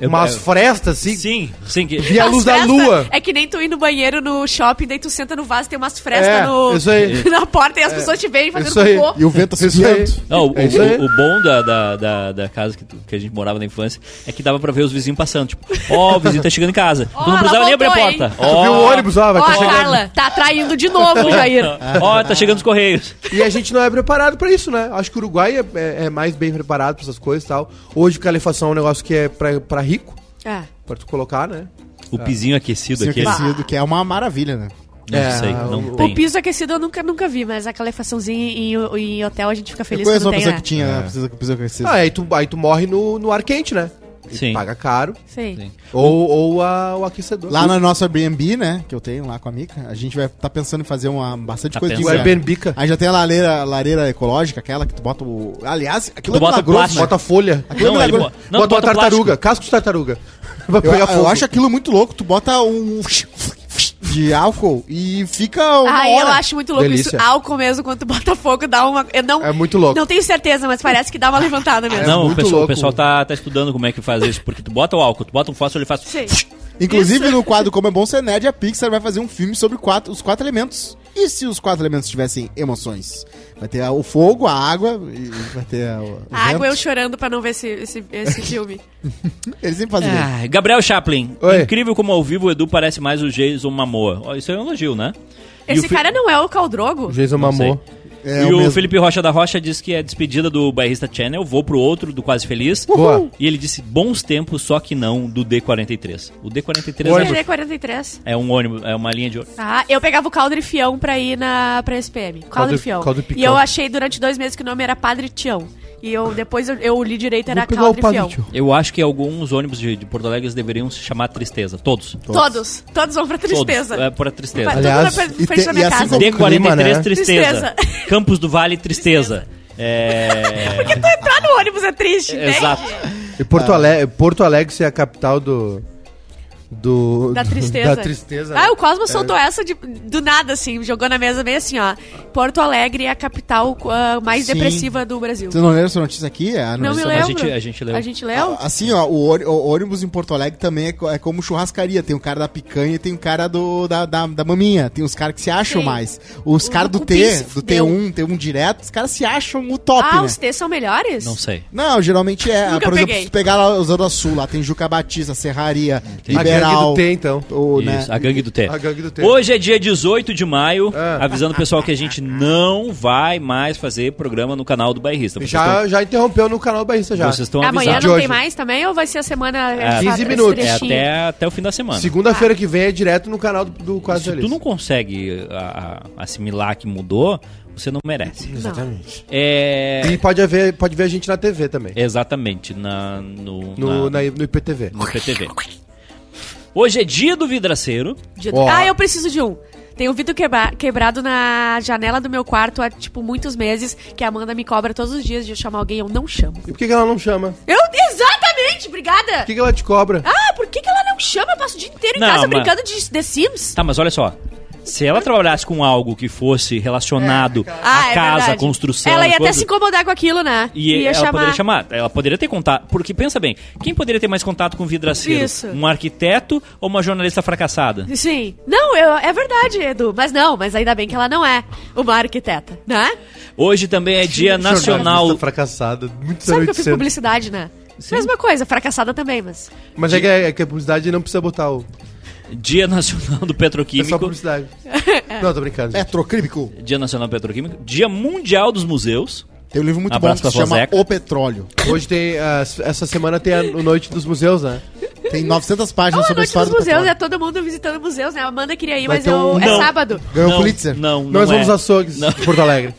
Eu- Umas eu- frestas, assim, Sim, sim. Que... via a As luz da frestas- lua. É que nem tu ir no banheiro no shopping, daí tu senta no vaso e tem umas frestas É, no, isso aí. É, na porta e as pessoas te veem fazendo isso aí. Tá cocô. E o vento tá Isso aí. assobiando. Não, o, É isso aí. o- o bom da, da, da, da casa que, tu- que a gente morava na infância é que dava pra ver os vizinhos passando. Tipo, ó, o vizinho tá chegando em casa. Ó, tu não ela precisava nem abrir a voltou, porta. Tu viu o ônibus, Ah, ó, vai Ó, tá a chegando. Carla, tá traindo de novo, Jair. Ó, tá chegando os correios. E a gente não é preparado pra isso, né? Acho que o Uruguai é, é- é mais bem preparado pra essas coisas e tal. Hoje, calefação é um negócio que é pra, pra rico, É. pra tu colocar, né? O pisinho aquecido Sim, aqui. Não aquecido, que é uma maravilha, né? É, sei, o- não O tem. piso aquecido eu nunca, nunca vi, mas a calefaçãozinha em, em hotel a gente fica Eu feliz conheço quando uma tem, pessoa né? que tinha, né? Precisa que precisa conhecer. É. Ah, aí tu, aí tu morre no, no ar quente, né? E tu Sim. Paga caro. Sim. Sim. Ou, ou a- o aquecedor. Lá na nossa Airbnb, né? Que eu tenho lá com a Mica, a gente vai tá pensando em fazer uma, bastante Tá coisa o pensando. de inverno. Airbnb. Aí já tem a lareira, lareira ecológica, aquela que tu bota o. Aliás, aquilo Tu bota milagroso, né? Bota folha. Não, ele bo- não, bota, uma bota tartaruga. Casco de tartaruga. Vai Eu, pegar eu fogo. acho aquilo muito louco. Tu bota um de álcool e fica uma Ah, eu hora. acho muito louco Delícia. isso. Álcool mesmo, quando tu bota fogo, dá uma. Eu não, É muito louco. Não tenho certeza, mas parece que dá uma levantada mesmo. Não, o é muito pessoal, o louco. pessoal tá, tá estudando como é que faz isso. Porque tu bota o álcool, tu bota um fósforo, ele faz. Sim. Inclusive, no quadro Como é Bom Ser Nerd, a Pixar vai fazer um filme sobre quatro- os quatro elementos. E se os quatro elementos tivessem emoções? Vai ter a- o fogo, a água, e vai ter a, o A água eu vento. chorando pra não ver esse, esse, esse filme. Eles sempre fazem isso. Ah, Gabriel Chaplin. É. Oi. Incrível como ao vivo o Edu parece mais o Jason Momoa. Ó, Isso é um elogio, né? E o Esse fi- cara não é o Caldrogo? O Jason Não mamou. É e o o, mesmo. Felipe Rocha da Rocha diz que é despedida do Bairrista Channel, vou pro outro, do Quase Feliz. Boa. E ele disse bons tempos, só que não do D43. O D43 Ônibus. é- Ele é 43. é um ônibus, é uma linha de ônibus. Ah, eu pegava o Caldro e Fião pra ir na, pra SPM. Caldro Caldro- e Fião. Caldro e Picão. e eu achei durante dois meses que o nome era Padre Tião. E eu depois eu, eu li direito, era Vou pegar o Caldro e Fião. padre, tio. Eu acho que alguns ônibus de, de Porto Alegre deveriam se chamar Tristeza. Todos. Todos. Todos vão pra tristeza. Todos. É, para Pra- Tristeza. Aliás, tudo na e frente tem- da e minha assim casa. como- D43, Clima, né? tristeza. Tristeza. Campos do Vale, Tristeza. É... Porque tu entrar no ônibus é triste, né? Exato. E Porto, Ah. Alegre, Porto Alegre ser a capital do. do Da do- tristeza. Da tristeza. Ah, o Cosmo soltou É. essa de- do nada, assim. Jogou na mesa meio assim, ó. Porto Alegre é a capital ah, mais Sim. depressiva do Brasil. Vocês não leram essa notícia aqui? É a notícia- Não me Mas a lembro. gente- a gente leu. A gente leu? Assim, ó, o, ôni- o ônibus em Porto Alegre também é, co- é como churrascaria. Tem o cara da picanha e tem o cara do, da, da, da maminha. Tem os caras que se acham Sim. mais. Os O caras do do T, Cupim se do T1, T1 direto, os caras se acham o top, ah, né? os T são melhores? Não sei. Não, geralmente é. Nunca por exemplo, peguei. se tu pegar lá os Zona Sul, lá tem Juca Batista, Serraria, A gangue Liberal. do T, então. o, né? Isso, a gangue do T. A gangue do T. Hoje é dia 18 de maio, Ah. avisando o pessoal que a gente não vai mais fazer programa no canal do Bairrista. Vocês Já, já interrompeu no canal Bairrista estão- já. vocês estão Amanhã avisados. De não hoje. tem mais também? Ou vai ser a semana... essa- 15 esse minutos. É trechinho? até, até o fim da semana. Ah. Segunda-feira que vem é direto no canal do, do Quase Se Feliz. tu não consegue a- a- assimilar que mudou, você não merece. Exatamente. É... E pode, haver, pode ver a gente na TV também. Exatamente, na, no, No, É, na- Ah. na- no IPTV. no PTV. Hoje é dia do vidraceiro. Dia Ó. do- Ah, eu preciso de um. Tem um vidro quebra- quebrado na janela do meu quarto há, tipo, muitos meses, que a Amanda me cobra todos os dias de eu chamar alguém, eu não chamo. E por que, que ela não chama? Por Eu, exatamente, obrigada! que, que ela te cobra? Ah, por que, que ela não chama? Eu passo o dia inteiro em Não, casa mas- brincando de The Sims. Tá, mas olha só. Se ela trabalhasse com algo que fosse relacionado Ah, à é casa, à verdade. construção... Ela ia até coisas- se incomodar com aquilo, né? E ela poderia chamar, ela poderia ter contato. Porque pensa bem, quem poderia ter mais contato com vidraceiro? Isso. Um arquiteto ou uma jornalista fracassada? Sim. Não, eu- é verdade, Edu. Mas não, mas ainda bem que ela não é uma arquiteta, né? Hoje também é dia nacional. fracassada. Muito Sabe que eu fiz 800. publicidade, né? Mesma coisa, fracassada também, mas. Mas é que, é que a publicidade não precisa botar o. Dia nacional do É só petroquímico. publicidade. É. Não, tô brincando. É gente. Petroquímico. Dia nacional do petroquímico. Dia mundial dos museus. Tem um livro muito Abraço bom que se pra chama Fozeca. O Petróleo. É. Hoje tem. ah, essa semana tem a Noite dos Museus, né? Tem 900 páginas Não, a sobre a noite história dos do museus, é petróleo. todo mundo visitando museus, né? A Amanda queria ir, Vai mas ter eu... um- é Não. sábado. Ganhou o Não, Pulitzer. Não, não Nós é. vamos aos açougues Não. de Porto Alegre.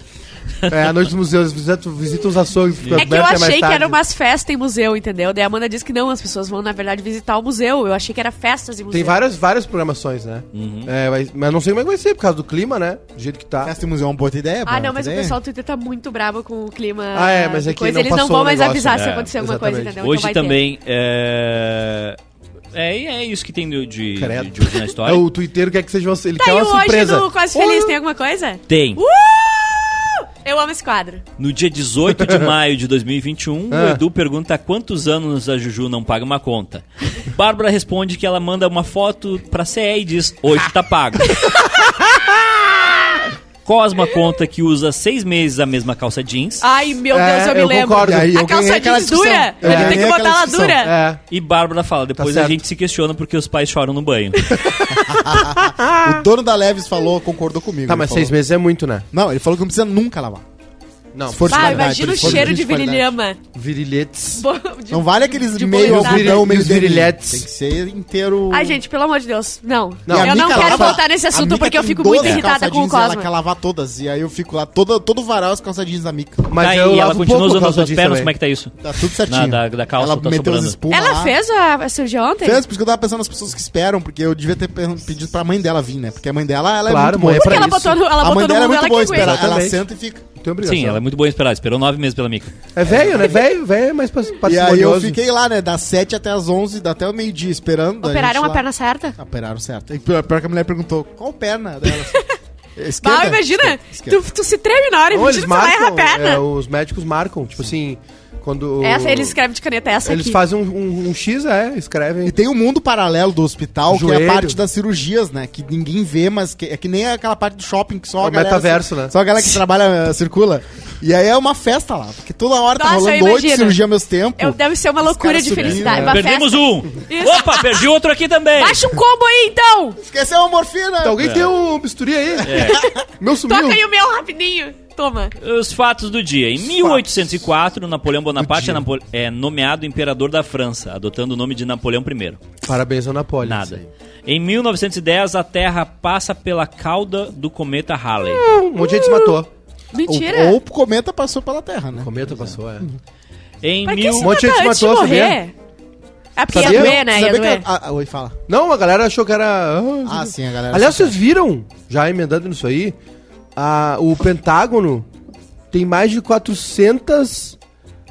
É, a Noite dos Museus. Visita, visita os açougues. porque É que eu aberto mais achei que tarde. era umas festas em museu, entendeu? Daí a Amanda disse que não, as pessoas vão, na verdade, visitar o museu. Eu achei que era festas em museu. Tem várias, várias programações, né? Uhum. É, mas, mas não sei como é que vai ser, por causa do clima, né? Do jeito que tá. Festa e museu é uma boa ideia, Ah, boa não, mas o ideia. pessoal do Twitter tá muito bravo com o clima. Ah, é, mas é que coisa. não Eles não passou vão o mais negócio, avisar se né? acontecer alguma Exatamente. coisa, entendeu? Então Hoje vai ter. também é... É, é isso que tem de, de, Credo. de, de hoje na É, história. o Twitter quer que seja uma, ele Tá quer aí uma o hoje surpresa. Uh. É. do Quase Feliz, tem alguma coisa? Tem. Uh! Eu amo esse quadro. No dia 18 de maio de 2021, o Ah. Edu pergunta há quantos anos a Juju não paga uma conta. Bárbara responde que ela manda uma foto pra CE e diz: hoje tá pago. Cosma conta que usa seis meses a mesma calça jeans. Ai, meu É, Deus, eu me eu lembro. concordo. E aí a eu ganhei calça aquela jeans dura. discussão. Eu Ele tem que ganhei botar aquela ela discussão. dura. É. E Bárbara fala: depois a Tá certo. gente se questiona porque os pais choram no banho. O dono da Leves falou, concordou comigo. Tá, ele mas falou- seis meses é muito, né? Não, ele falou que não precisa nunca lavar. Não. Se for de Tá. Bah, qualidade, imagina o se for cheiro de qualidade. virilhama. Virilhetes. Bo- de- Não vale aqueles de meio bolinhada. algodão, E meio os dedo. viriletes. Tem que ser inteiro... Ai, gente, pelo amor de Deus. Não. E Não, Tipo- a eu não Mica quero lava- voltar nesse a assunto Mica porque eu tem fico 12 muito irritada calça com o jeans, Ela Cosma. quer lavar todas. E aí eu fico lá, todo, todo varal as calça jeans da Mica. Mas tá, eu e ela lavo um continua pouco usando calça as jeans pernas, também. como é que tá isso? Tá tudo Na- certinho. da- da calça Ela tá meteu sobrando. as espumas Ela lá. fez a, a cirurgia ontem? Fez, porque eu tava pensando nas pessoas que esperam, porque eu devia ter per- pedido pra mãe dela vir, né? Porque a mãe dela, ela Claro, é muito mãe, é boa. pra Porque ela isso. botou no, ela a botou mãe no dela é mundo, muito ela boa que esperar. aguenta. Ela Exatamente. senta e fica. Tem obrigação. Sim, ela é muito boa em esperar. Esperou nove meses pela Mica. É velho, né? Velho, velho é mais pa- E aí eu parcimonioso. fiquei lá, né? Das 7 até as 11, dá até o meio-dia esperando. Operaram gente a lá- perna certa? Operaram certo. E pior, pior É que a mulher perguntou, qual perna dela? "É esquerda? Bah, imagina, Esquerda. tu, tu se treme na hora, Não, imagina eles que você vai errar a marcam, perna. é, os médicos marcam, tipo assim, é, quando... É, Essa, ele escreve de caneta essa Eles aqui. fazem um, um- um X, é, escrevem. E tem o mundo paralelo do hospital, que é Joelho. a parte das cirurgias, né? Que ninguém vê, mas que, é que nem aquela parte do shopping que só É a o galera. metaverso, né? Só a galera que trabalha eh, circula. E aí é uma festa lá, porque toda hora tá Nossa, eu rolando oito imagino. cirurgias ao mesmo tempo. Eu, É deve ser uma Os loucura caras de subindo, felicidade. né? Uma Perdemos festa. um! Isso. Opa, perdi outro aqui também! Baixa um combo aí, então! Esqueceu a morfina! É. Tá, Alguém tem um bisturi aí? Meu sumiu. Toca aí o meu rapidinho. Toma. É, Os fatos do dia. Em 1804, Napoleão Bonaparte é, Napo- é nomeado imperador da França, adotando o nome de Napoleão I. Parabéns ao Napoli. Nada. isso Em 1910, a Terra passa pela cauda do cometa Halley. aí. Um monte de gente se matou. Mentira. Ou, ou o cometa passou pela Terra, né? Cometa passou, é. Em Pra que mil... se Um monte de matar gente antes de matou, morrer? É porque ia Sabia? doer, né? Ia Sabia que doer. a- a- oi, fala. Não, a galera achou que era... ah, Ah, sim, a galera. Aliás, vocês viram, já emendando nisso aí, a- o Pentágono tem mais de 400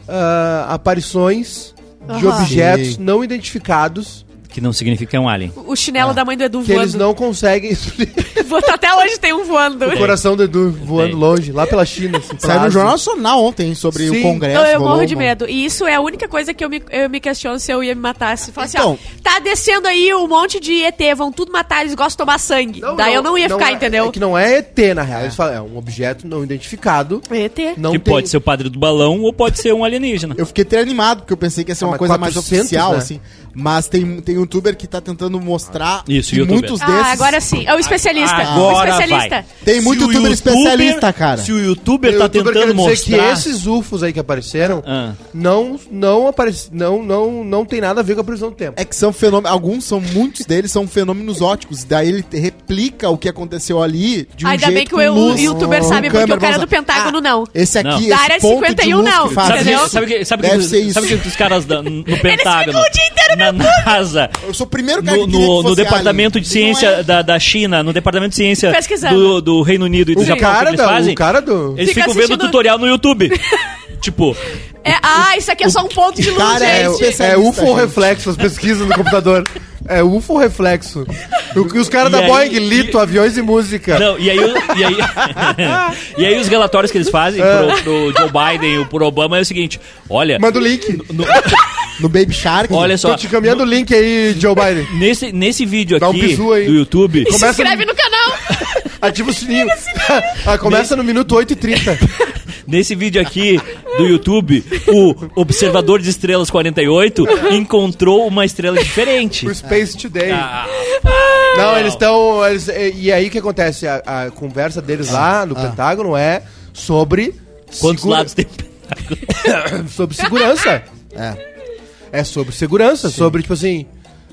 ah, aparições de Aham. objetos Sim. não identificados Que não significa que é um alien. O chinelo Ah, da mãe do Edu que eles voando. não conseguem explicar. Botou- Até hoje tem um voando. O coração do Edu voando Tem. longe, lá pela China. Assim, pela Saiu no Ásia. Jornal Nacional ontem sobre Sim. o Congresso. Não, eu rolou morro de um- medo. E isso é a única coisa que eu me, eu me questiono se eu ia me matar. Se falasse, Então. ó, tá descendo aí um monte de ET, vão tudo matar, eles gostam de tomar sangue. Daí eu não ia ficar, é- entendeu? É que não é ET, na real. Eles falam, é um objeto não identificado. ET. Não que tem- pode ser o padre do balão ou pode ser um alienígena. Eu fiquei até animado, porque eu pensei que ia ser Ah, uma mas coisa mais 400, oficial, né? assim. Mas tem, tem youtuber que tá tentando mostrar Ah, Isso, que youtuber. muitos desses. Ah, agora sim. É o especialista. Agora o especialista. vai. Tem muito o youtuber especialista, cara. Se o youtuber tá O tentando youtuber quer dizer é mostrar... que esses UFOs aí que apareceram Ah. não não aparece não não não tem nada a ver com a previsão do tempo. É que são fenômenos. Alguns são, muitos deles são fenômenos óticos. Daí ele te- replica o que aconteceu ali de um Ainda jeito bem que com o, o luz, youtuber com sabe, porque câmera, o cara vamos do Pentágono ah, não. Esse Não. aqui, Da esse área ponto 51 de luz não, que Sabe, faz. o que- Entendeu? sabe, o que- sabe, o Deve que- ser isso. sabe o que os caras da- no Pentágono, ficam o dia inteiro na NASA, Eu sou o primeiro cara no, que queria no- que no fosse departamento alien. de ciência Não é. da, da China, no departamento de ciência Pesquisando. do, do Reino Unido e do O Japão, cara o que eles da- fazem? o cara do- Eles Fica ficam vendo assistindo- tutorial no YouTube. tipo, É, ah, isso aqui é só um ponto de luz, cara é gente. especialista, É UFO ou gente. reflexo, as pesquisas no computador. É UFO reflexo. O que os caras E da aí- Boeing, Lito, aviões e música. Não, e aí, o- e, aí, e aí os relatórios que eles fazem pro, pro Joe Biden ou pro Obama é o seguinte: olha, Manda o link. No Baby Shark. olha só, Tô te caminhando o link aí, Joe Biden. nesse, nesse vídeo Dá um aqui bisu aí. do YouTube, Começa- Se inscreve no canal! Ativa o sininho. Ah, Começa no minuto 8 e 30. nesse vídeo aqui do YouTube, o observador de estrelas 48 encontrou uma estrela diferente. O Space Today. Ah, Não, eles estão. Eles, e, e aí o que acontece? A, a conversa deles lá Ah. no Pentágono é sobre. quantos segura- lados tem? Sobre segurança. É. É sobre segurança, sobre tipo assim.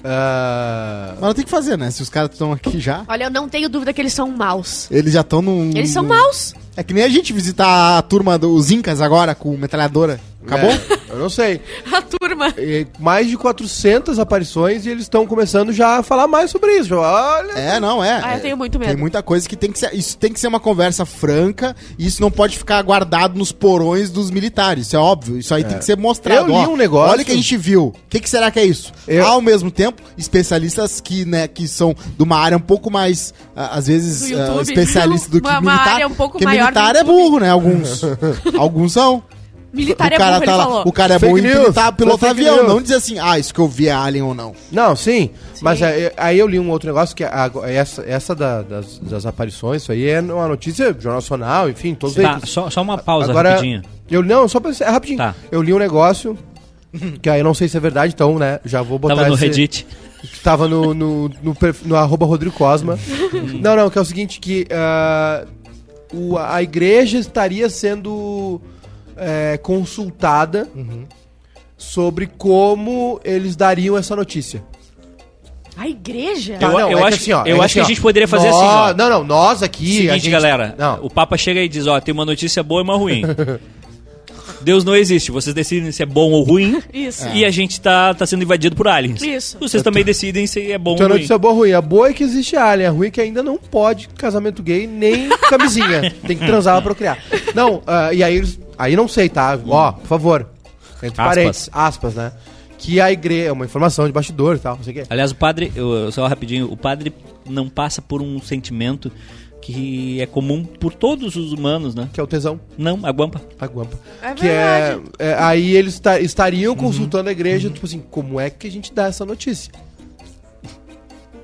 ah, Mas não tem o que fazer, né? Se os caras estão aqui já, Olha, eu não tenho dúvida que eles são maus. eles já estão num. Eles são num- maus. É que nem a gente visitar a turma dos Incas agora com metralhadora. Acabou? é, eu não sei. A turma. E mais de 400 aparições e eles estão começando já a falar mais sobre isso. Olha. É, não, é. Ah, eu tenho muito medo. Tem muita coisa que tem que ser. Isso tem que ser uma conversa franca e isso não pode ficar guardado nos porões dos militares. Isso é óbvio. Isso aí tem que ser mostrado. Eu li Ó, um negócio- Olha o que a gente viu. O que, que será que é isso? Eu- Ao mesmo tempo, especialistas que, né, que são de uma área um pouco mais, ah, às Do vezes, ah, YouTube. especialista do que Uma- uma militar. área um pouco porque maior militar do é burro, né? Alguns. Alguns são. Militar o é cara burro, tá ele lá- falou. O cara é Fake bom em news. pilotar, pilotar Fake avião. news. Não dizer assim, ah, isso que eu vi é alien ou não. Não, sim, mas Sim. aí, aí eu li um outro negócio que a- a- essa, essa da- das, das aparições, isso aí é uma notícia jornal nacional, enfim, todos os Tá, veículos. só, só uma pausa Agora, rapidinha. Eu, não, só pra, é rapidinho. Tá. Eu li um negócio, que aí eu não sei se é verdade, então, né, já vou botar Tava no esse- Reddit. Tava no, no, no, perfil- no arroba Rodrigo Cosma. não, não, que é o seguinte, que ah, o, a igreja estaria sendo eh, consultada sobre como eles dariam essa notícia. Tá, A igreja? Eu- não, é assim, acho- eu acho que a gente poderia fazer Nó- assim, ó. Não, não, nós aqui. a Seguinte, gente- galera. Não. O Papa chega e diz, ó, tem uma notícia boa e uma ruim. Deus não existe. Vocês decidem se é bom ou ruim. Isso. É. É. E a gente tá, tá sendo invadido por aliens. Isso. Vocês também decidem se é bom ou Então a ruim. notícia boa ou ruim. A boa é que existe alien, a ruim é que ainda não pode casamento gay nem camisinha. Tem que transar pra procriar. Não, ah, e aí eles. Aí não sei, tá? Ó, por favor. Entre Aspas. parênteses, aspas, né? Que a igreja. É uma informação de bastidor e tal, não sei o quê. Aliás, o padre, eu, eu só rapidinho, o padre não passa por um sentimento que é comum por todos os humanos, né? Que é o tesão, Não, a guampa. a guampa. É que é, verdade. é, Aí eles ta- estariam consultando a igreja, tipo assim, como é que a gente dá essa notícia?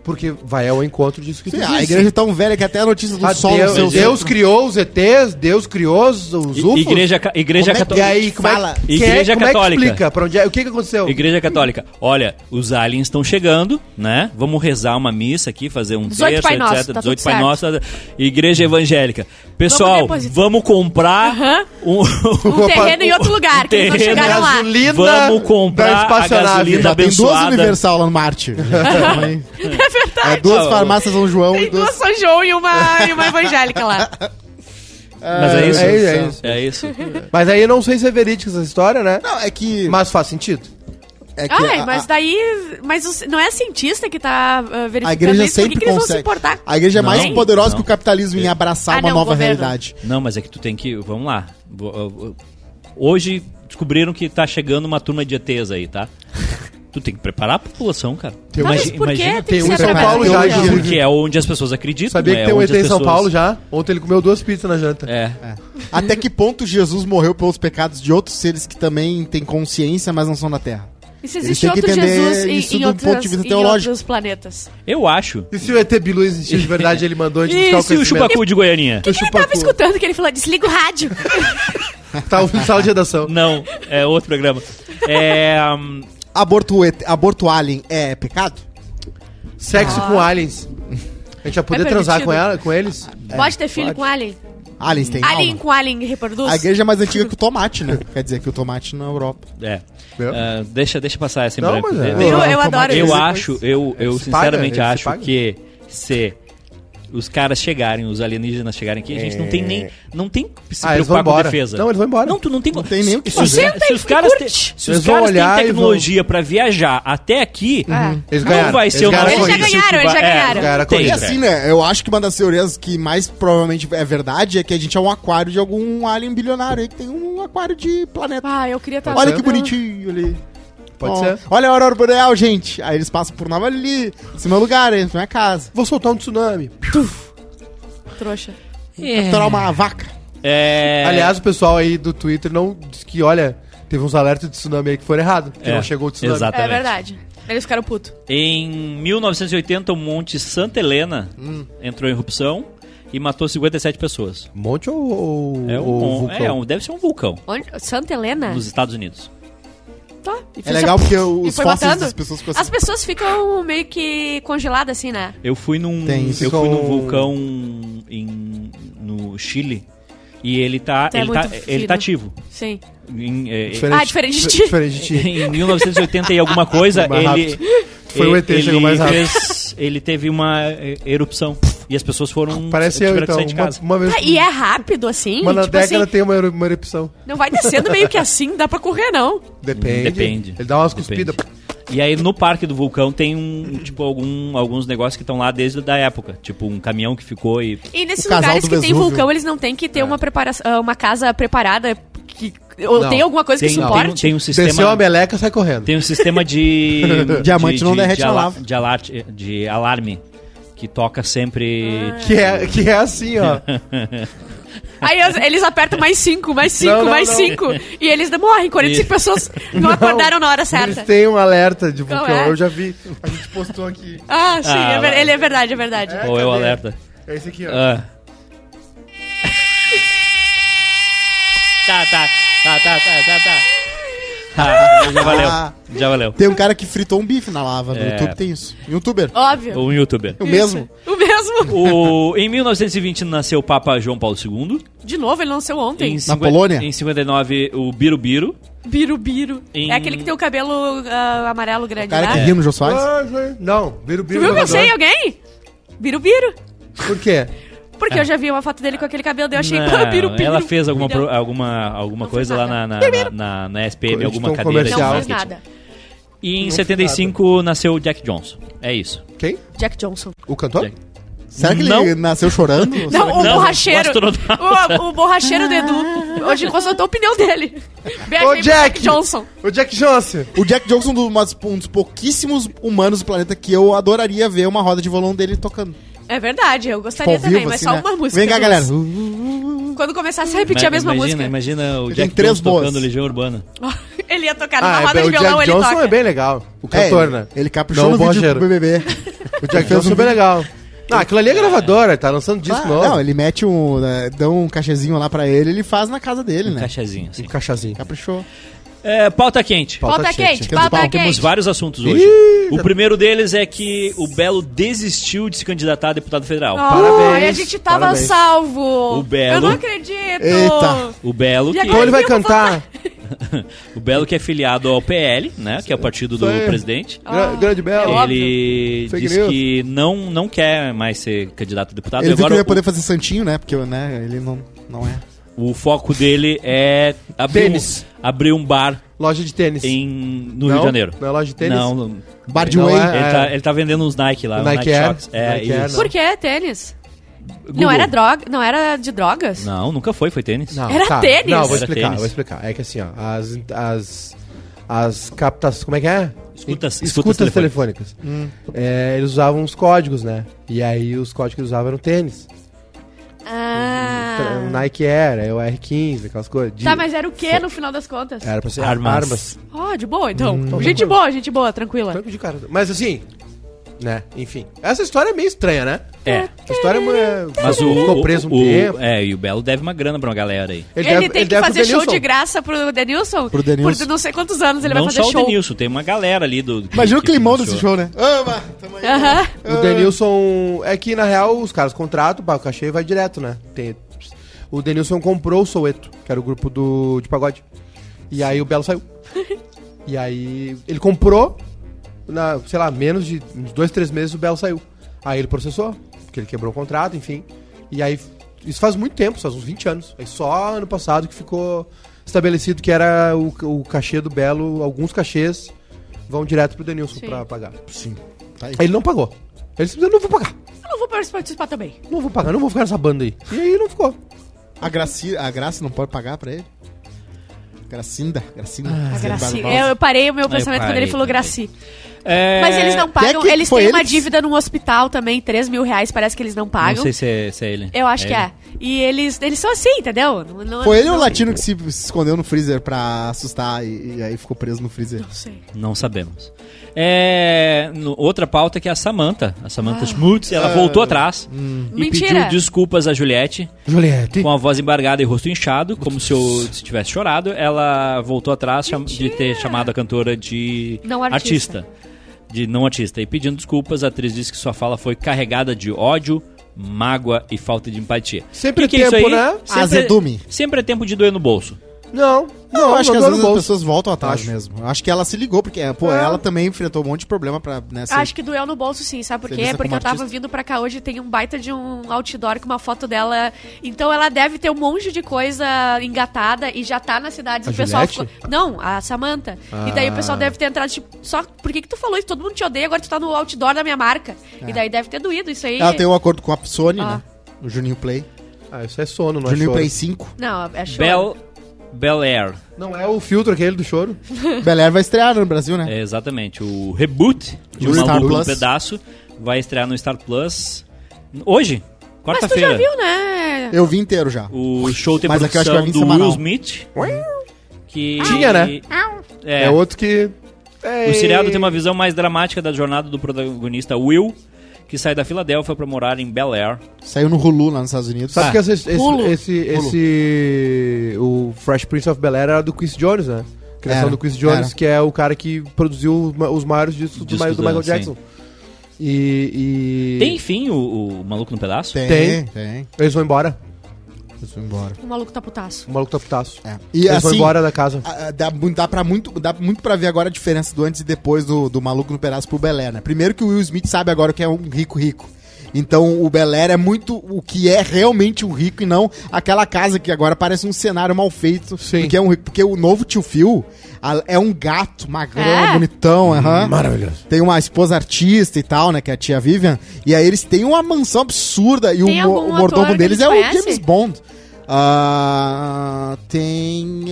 Porque vai ao encontro disso que tu Sim, a disse. igreja é tão velha que até a notícia do Ah, sol Deus, no seu Deus criou os ETs, Deus criou os os I- UFOs. Igreja, ca- igreja Como é que E católica. aí, como é, Fala. que- quem Igreja é, como é que católica. explica? Pra onde é, o que, que aconteceu? Igreja Católica, olha, os aliens estão chegando, né? Vamos rezar uma missa aqui, fazer um 18 terço, Pai Nosso, etc. tá 18 tudo Pai certo. Nosso, Igreja Evangélica. Pessoal, Vamos vamos, depositar. comprar um, Um terreno em outro lugar, que eles não terreno- chegaram lá. Gasolina Vamos da comprar a espaçonave. gasolina Já Tem duas abençoada. Universal lá no Marte. é verdade. É duas Ah, farmácias São João tá Tem e duas. duas São João e uma, e uma evangélica lá. Mas é isso? É isso, é isso. É isso. Mas aí eu não sei se é verídica essa história, né? Não, é que. Mas faz sentido. é que Ai, a- mas a, daí. Mas os- não é cientista que tá ah, verificando a igreja isso, sempre por que, que eles vão se consegue. importar? a igreja é mais Não, poderosa não. que o capitalismo em abraçar Ah, uma não, nova governo. realidade. Não, mas é que tu tem que. Vamos lá. Vo- eu- eu- Hoje descobriram que tá chegando uma turma de ETs aí, tá? Tu tem que preparar a população, cara. Tem Não, um- mas por que imagina- tem que tem um em ser São através Paulo da já, religião? Gil. Porque é onde as pessoas acreditam. Sabia é que tem um ET onde em as São pessoas- Paulo já? Ontem ele comeu duas pizzas na janta. É. Até que ponto Jesus morreu pelos pecados de outros seres que também têm consciência, mas não são da Terra? E se Eles existe têm que outro entender Jesus em, isso em do ponto outras, de vista em teológico. outros planetas? Eu acho. E se o ET Bilu existiu de verdade, ele mandou a gente E buscar se o conhecimento? Chupacu de Goianinha? O Eu tava Chupacu. escutando que ele falou: desliga o rádio. Tá ouvindo sala de redação. Não, é outro programa. É. hum, Aborto, et- aborto alien é pecado? Sexo com aliens. A gente vai poder Ah. É transar permitido. com, ela, com eles? Pode ter filho pode. com alien? Aliens têm alien É, alma. com alien reproduz? A igreja é mais antiga que o tomate, né? Quer dizer que o tomate na Europa. é. Meu. Ah, deixa, deixa passar essa em Não, branco. mas é. De- Eu, eu Não, adoro Eu isso. acho, eu, eu Eles se pagam, sinceramente eles se acho pagam. que se os caras chegarem, os alienígenas chegarem aqui, a gente não tem nem. Não tem que se É. Ah, eles vão preocupar com embora. defesa. Não, eles vão embora. Não, tu não tem, Não tem nem o que se, os- fazer. se os caras, te, curte. se os Eles vão caras têm olhar e tecnologia pra viajar até aqui, É. Eles não vai ser o ganharam nosso Eles já a corrida. vício que ganharam, eles já vai- é, ganharam. Ganharam a tem, E corrida. cara. assim, né? Eu acho que uma das teorias que mais provavelmente é verdade é que a gente é um aquário de algum alien bilionário aí que tem um aquário de planeta. Ah, eu queria estar. Olha que bonitinho ali. Pode Ó, ser. Olha a Aurora Boreal, gente. Aí eles passam por Nova Lili, esse é meu lugar, esse é minha casa. Vou soltar um tsunami. Trouxa. Capturar uma vaca. É... Aliás, o pessoal aí do Twitter não disse que, olha, teve uns alertas de tsunami aí que foram errados. Que É, não chegou o tsunami. exato. É Exatamente. verdade. Eles ficaram putos. Em 1980, o Monte Santa Helena Hum. entrou em erupção e matou 57 pessoas. Monte ou, ou, É um, ou mon- é um- deve ser um vulcão Onde? Santa Helena? nos Estados Unidos. Tá. E É fez legal a- porque E os foi fósseis matando. das pessoas ficam As assim. pessoas ficam meio que congeladas assim, né? Eu fui num, Tem isso eu fui com- num vulcão em, no Chile e ele tá, Tá ele, tá, muito ele tá fino. ativo. Sim. Em, é, Ah, diferente de di- ti. Diferente de ti. em 1980 e alguma coisa, Foi mais ele. Foi o ET, chegou mais rápido. fez- ele teve uma é, erupção. E as pessoas foram. Parece eu, tiveram que então. sair de Uma, casa. uma vez. Tá, e é rápido assim? Uma na tipo década assim, tem uma, eru- uma erupção. não vai descendo meio que assim, dá pra correr não. Depende. Depende. Ele dá umas Depende. cuspidas. E aí no parque do vulcão tem um, tipo, algum, alguns negócios que estão lá desde da época. Tipo, um caminhão que ficou e. E nesses O casal lugares do que tem Vesúvio. É. vulcão, eles não têm que ter uma preparação, ah, uma casa preparada que ou Não. tem alguma coisa Tem, que tem, suporte. um- tem um Desceu a sistema. meleca, sai correndo. Tem um sistema de. Diamante de- não de- derrete de na ala- lava. De, alarte- de alarme. Que toca sempre. Que, é, que é assim, ó. um- Aí as- eles apertam mais cinco, mais cinco, Não, não, mais não. cinco. E eles morrem. 45 E- pessoas não acordaram na hora certa. Eles têm um alerta de vulcão. é? Eu já vi. A gente postou aqui. Ah, sim, Ah, é ver- lá. ele é verdade, é verdade. É, Ou eu cadê? alerta. É esse aqui, ó. Ah. Tá, tá, tá, tá, tá, tá, tá. Tá, já valeu. Ah. Já valeu. Tem um cara que fritou um bife na lava. No É. YouTube tem isso. Youtuber. Óbvio. Um youtuber. O mesmo. O mesmo. O, em 1920 nasceu o Papa João Paulo II. De novo, ele lançou ontem. Em cinquen- Polônia? Em 59, o Birubiru. Birubiru. Em- É aquele que tem o cabelo ah, amarelo O grande, cara que né? riu no Jô Soares. Ah, Zé. Não, vira o Tu bico. viu que eu sei alguém? Birubiru. Por quê? Porque eu já vi uma foto dele com aquele cabelo, daí eu achei É. Não, birubiru. ela fez alguma, pro- Não, alguma, alguma Não coisa fez lá na, nada. na, na, na- na SPM, Eles alguma tão cadeira de comercial. não fez marketing. nada. E em Não fiz 75 nasceu o Jack Johnson. É isso. Quem? Jack Johnson. O cantor? Jack. Será que ele Não. nasceu chorando? Não, o Não, o borracheiro. astronauta. O, o borracheiro do Edu. Hoje consultou a opinião dele. Bem, Ô, bem, Jack! É, Johnson. O Jack Johnson. O Jack Johnson, do- uma- um dos pouquíssimos humanos do planeta que eu adoraria ver uma roda de violão dele tocando. É verdade, eu Tipo, gostaria ao também, vivo, mas assim, só né? uma música. Vem cá, Luz. galera. Quando começasse a repetir a mesma imagina, música. imagina o Ele tem Jack três Johnson boas. tocando Legião Urbana. ele ia tocar numa Ah, roda é, de o violão, Jack ele Johnson toca. é bem legal. O cantor, né? Ele é um caprichou Não, no o vídeo Roger. do BBB. O Jack Johnson é bem legal. Ah, aquilo ali é gravadora, tá lançando disco um Ah, novo. não, ele mete um. né, dá um cachezinho lá pra ele, ele faz na casa dele, né? Cachezinho, assim. Um cachazinho. Caprichou. É, pauta quente. Pauta Pauta quente. quente, Quer dizer, pauta pauta- Temos quente. vários assuntos hoje. o primeiro deles é que o Belo desistiu de se candidatar a deputado federal. Ai, Parabéns, a gente tava parabéns. salvo. O Belo. Eu não acredito. Eita. O Belo, E que, Então ele vai Eu vou cantar. o Belo que é filiado ao PL, né? Que é o partido do Isso aí. presidente. Gra- Ah, grande é Belo. óbvio. Ele Fake disse news. que não, não quer mais ser candidato a deputado. Ele E viu que agora não ia o- poder fazer santinho, né? Porque né, ele não, não é. o, foco dele é abrir, um, Tênis. abrir um bar Loja de tênis. em, no Não? Rio de Janeiro. Não é loja de tênis? Não, não. Bar de Não Whey. é- Ele, tá, ele tá vendendo uns Nike lá, O uns Nike Nike, Air. Shocks. É, Nike Air, isso. né? Por que tênis? Google. Não era droga, não era de drogas? Não, nunca foi, foi tênis. Não, Era tá. tênis. Não, vou Era explicar, tênis. vou explicar. É que assim, ó, as, as, as captações, como é que é? Escutas- E- escutas telefônicas. É, eles usavam os códigos, né? E aí os códigos que eles usavam eram tênis. Tra- O Ah. Nike Air, aí o R15, aquelas coisas. De- Tá, mas era o que no final das contas? Era pra ser Armas. armas. Ó, de boa então. Então, gente tranquilo. boa, gente boa, tranquila. Tranco de cara. Mas assim, né? Enfim. Essa história é meio estranha, né? É. A história é... Mas o, ficou o- preso um o- tempo. É, e o Belo deve uma grana pra uma galera aí. Ele, deve- tem que deve pro fazer show Denilson. de graça pro Denilson? Pro Denilson. Por não sei quantos anos ele não vai só fazer o show. Denilson, tem uma galera ali do. que- Imagina o que climão financiou. desse show, né? Ama! Tamo aí. Aham. O Denilson. É que na real os caras contratam, pá, o cachê vai direto, né? Tem- o Denilson comprou o Soueto, que era o grupo do, de pagode. E aí o Belo saiu. e aí ele comprou, na, sei lá, menos de uns dois, três meses o Belo saiu. Aí ele processou, porque ele quebrou o contrato, enfim. E aí isso faz muito tempo, faz uns 20 anos. Aí só ano passado que ficou estabelecido que era o, o cachê do Belo, alguns cachês vão direto pro Denilson Sim. pra pagar. Sim. Tá aí. Aí ele não pagou. Ele simplesmente não vou pagar. Eu não vou participar também. Não vou pagar, não vou ficar nessa banda aí. E aí não ficou. A, Graci, a Graça não pode pagar pra ele? Gracinda, Gracinda. A Zé Graci. Barbosa. Eu, eu parei o meu pensamento quando parei ele falou também. Graci. É, Mas eles não pagam. que eles foi têm ele uma que- dívida num hospital também, 3 mil reais, parece que eles não pagam. Não sei se é, se é ele. Eu acho que ele. é. E eles, eles são assim, entendeu? Não- não- Foi ele não- ou o latino que se, se escondeu no freezer pra assustar e, e aí ficou preso no freezer? Não sei. Não sabemos. É, no- outra pauta que é a Samantha. A Samantha Schmutz, ela voltou atrás e Ah. Hum. Mentira. pediu desculpas à Juliette. Juliette. Com a voz embargada e rosto inchado, como se, eu, se tivesse chorado, ela voltou atrás cham- de ter chamado a cantora de Não artista. De não artista. E pedindo desculpas, a atriz disse que sua fala foi carregada de ódio, mágoa e falta de empatia. Sempre E que é isso tempo, aí? né? Sempre- Azedume. Sempre é tempo de doer no bolso. Não, não, Não, eu acho que às mandou vezes no as bolso. pessoas voltam atrás Acho. mesmo. Eu acho que ela se ligou, porque, é, pô, É. ela também enfrentou um monte de problema pra. Né, ser- Acho que doeu no bolso sim, sabe por Você quê? vista Porque como eu tava artista. vindo pra cá hoje e tem um baita de um outdoor com uma foto dela. Então ela deve ter um monte de coisa engatada e já tá na cidade. A o pessoal Juliette? ficou- Não, a Samantha. E daí o pessoal deve ter entrado, tipo, só por que, que tu falou isso? Todo mundo te odeia, agora tu tá no outdoor da minha marca. E daí deve ter doído isso aí. Ela tem um acordo com a Sony, Ah. né? O Juninho Play. Ah, isso é sono, não é Juninho choro. Play 5. Não, é show. Bel, Bel Air. Não é o filtro aquele do choro? Bel Air vai estrear no Brasil, né? É, exatamente. O reboot de No um Star maluco no Plus. pedaço vai estrear no Star Plus hoje, Mas tu já quarta-feira. viu, né? Eu vi inteiro já. O show tem Mas aqui eu acho que produção vai vir do semanal. Will Smith. Que Tinha, né? É, É, outro que... É, o seriado tem uma visão mais dramática da jornada do protagonista Will, que sai da Filadélfia pra morar em Bel Air. Saiu no Hulu lá nos Estados Unidos. Sabe Ah, que esse, esse, Pulo. esse, Pulo. esse- O Fresh Prince of Bel-Air era do Quincy Jones, né? Criação Era, do Quincy Jones, era. que é o cara que produziu ma- os maiores discos, do, Discos Ma- do do- Michael sim. Jackson. E, e... Tem fim o, o Maluco no Pedaço? Tem, Tem. tem. tem. Eles vão embora. Eles vão embora. O maluco tá putaço. O maluco tá putaço. É. E Eles vão assim, embora da casa. Ah, dá, mu- dá, pra muito, dá muito pra ver agora a diferença do antes e depois do, do Maluco no Pedaço pro Belé, né? Primeiro que o Will Smith sabe agora que é um rico rico. Então o Bel Air é muito o que é realmente um rico e não aquela casa que agora parece um cenário mal feito. Sim. Porque é um rico. Porque o novo tio Phil a- é um gato magrão, É? bonitão. aham. Maravilhoso. Tem uma esposa artista e tal, né? Que é a tia Vivian. E aí eles têm uma mansão absurda. E o, Tem mo- algum o mordomo ator que deles a é gente o conhece? James Bond. Ah, tem.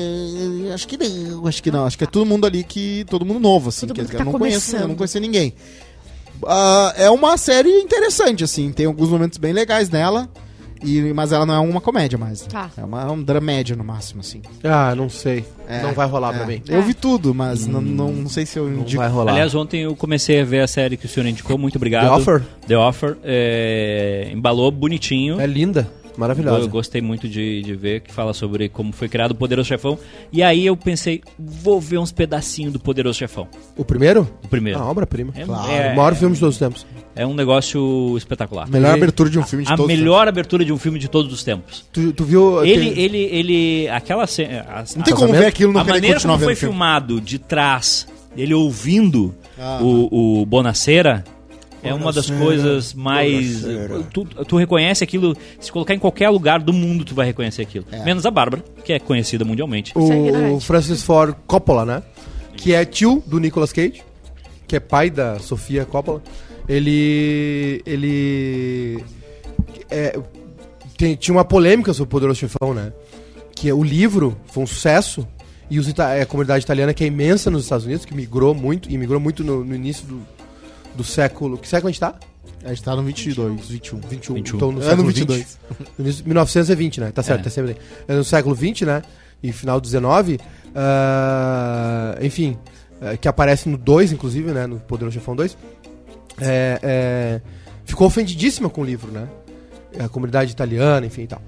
eh, Acho que não, acho que não. Acho que é todo mundo ali que. Todo mundo novo, assim. Todo quer mundo dizer, que eu tá não conheço, eu não começando. conhecia ninguém. Ah, é uma série interessante, assim. Tem alguns momentos bem legais nela. E, mas ela não é uma comédia mais. né? Tá. É, uma, é um dramédia no máximo, assim. Ah, não sei. É, não vai rolar é. pra mim. Hum. Eu É. vi tudo, mas não, não, não sei se eu Não indico. vai rolar. Aliás, ontem eu comecei a ver a série que o senhor indicou, muito obrigado. The Offer The Offer. é, embalou bonitinho. é linda. Eu Maravilhosa. gostei muito de, de ver que fala sobre como foi criado o Poderoso Chefão. E aí eu pensei, vou ver uns pedacinhos do Poderoso Chefão. O primeiro? O primeiro. A Ah, obra-prima. é, claro. é- o maior filme de todos os tempos. é um negócio espetacular. Melhor Ele- abertura de um filme de A todos. os melhor abertura de um filme de todos os tempos. Tu, tu viu... Ele, tem- ele, ele. Aquela cena. a- Não tem a- como ver aquilo A no maneira como foi filme. filmado de trás, ele ouvindo Ah. o, o Bonacera. É uma das Bonacera, coisas mais. Tu, tu reconhece aquilo. Se colocar em qualquer lugar do mundo, tu vai reconhecer aquilo. Menos a Bárbara, que é conhecida mundialmente. Isso é O ignorante. Francis Ford Coppola, né? Que é tio do Nicolas Cage, que é pai da Sofia Coppola. Ele. Ele. é, tem- tinha uma polêmica sobre o Poderoso Chefão, né? Que o livro foi um sucesso. E os ita- é, a comunidade italiana, que é imensa nos Estados Unidos, que migrou muito, e migrou muito no, no início do, do século. Que século a gente tá? A gente tá no 22, 21. 21. 21. Então, no Ano século 22. 22. 1920, né? Tá certo, É. tá sempre bem. É no século 20, né? E final do 19. ah, enfim, eh, que aparece no 2, inclusive, né? No Poderoso Chefão 2. É, é, ficou ofendidíssima com o livro, né? A comunidade italiana, enfim e tal.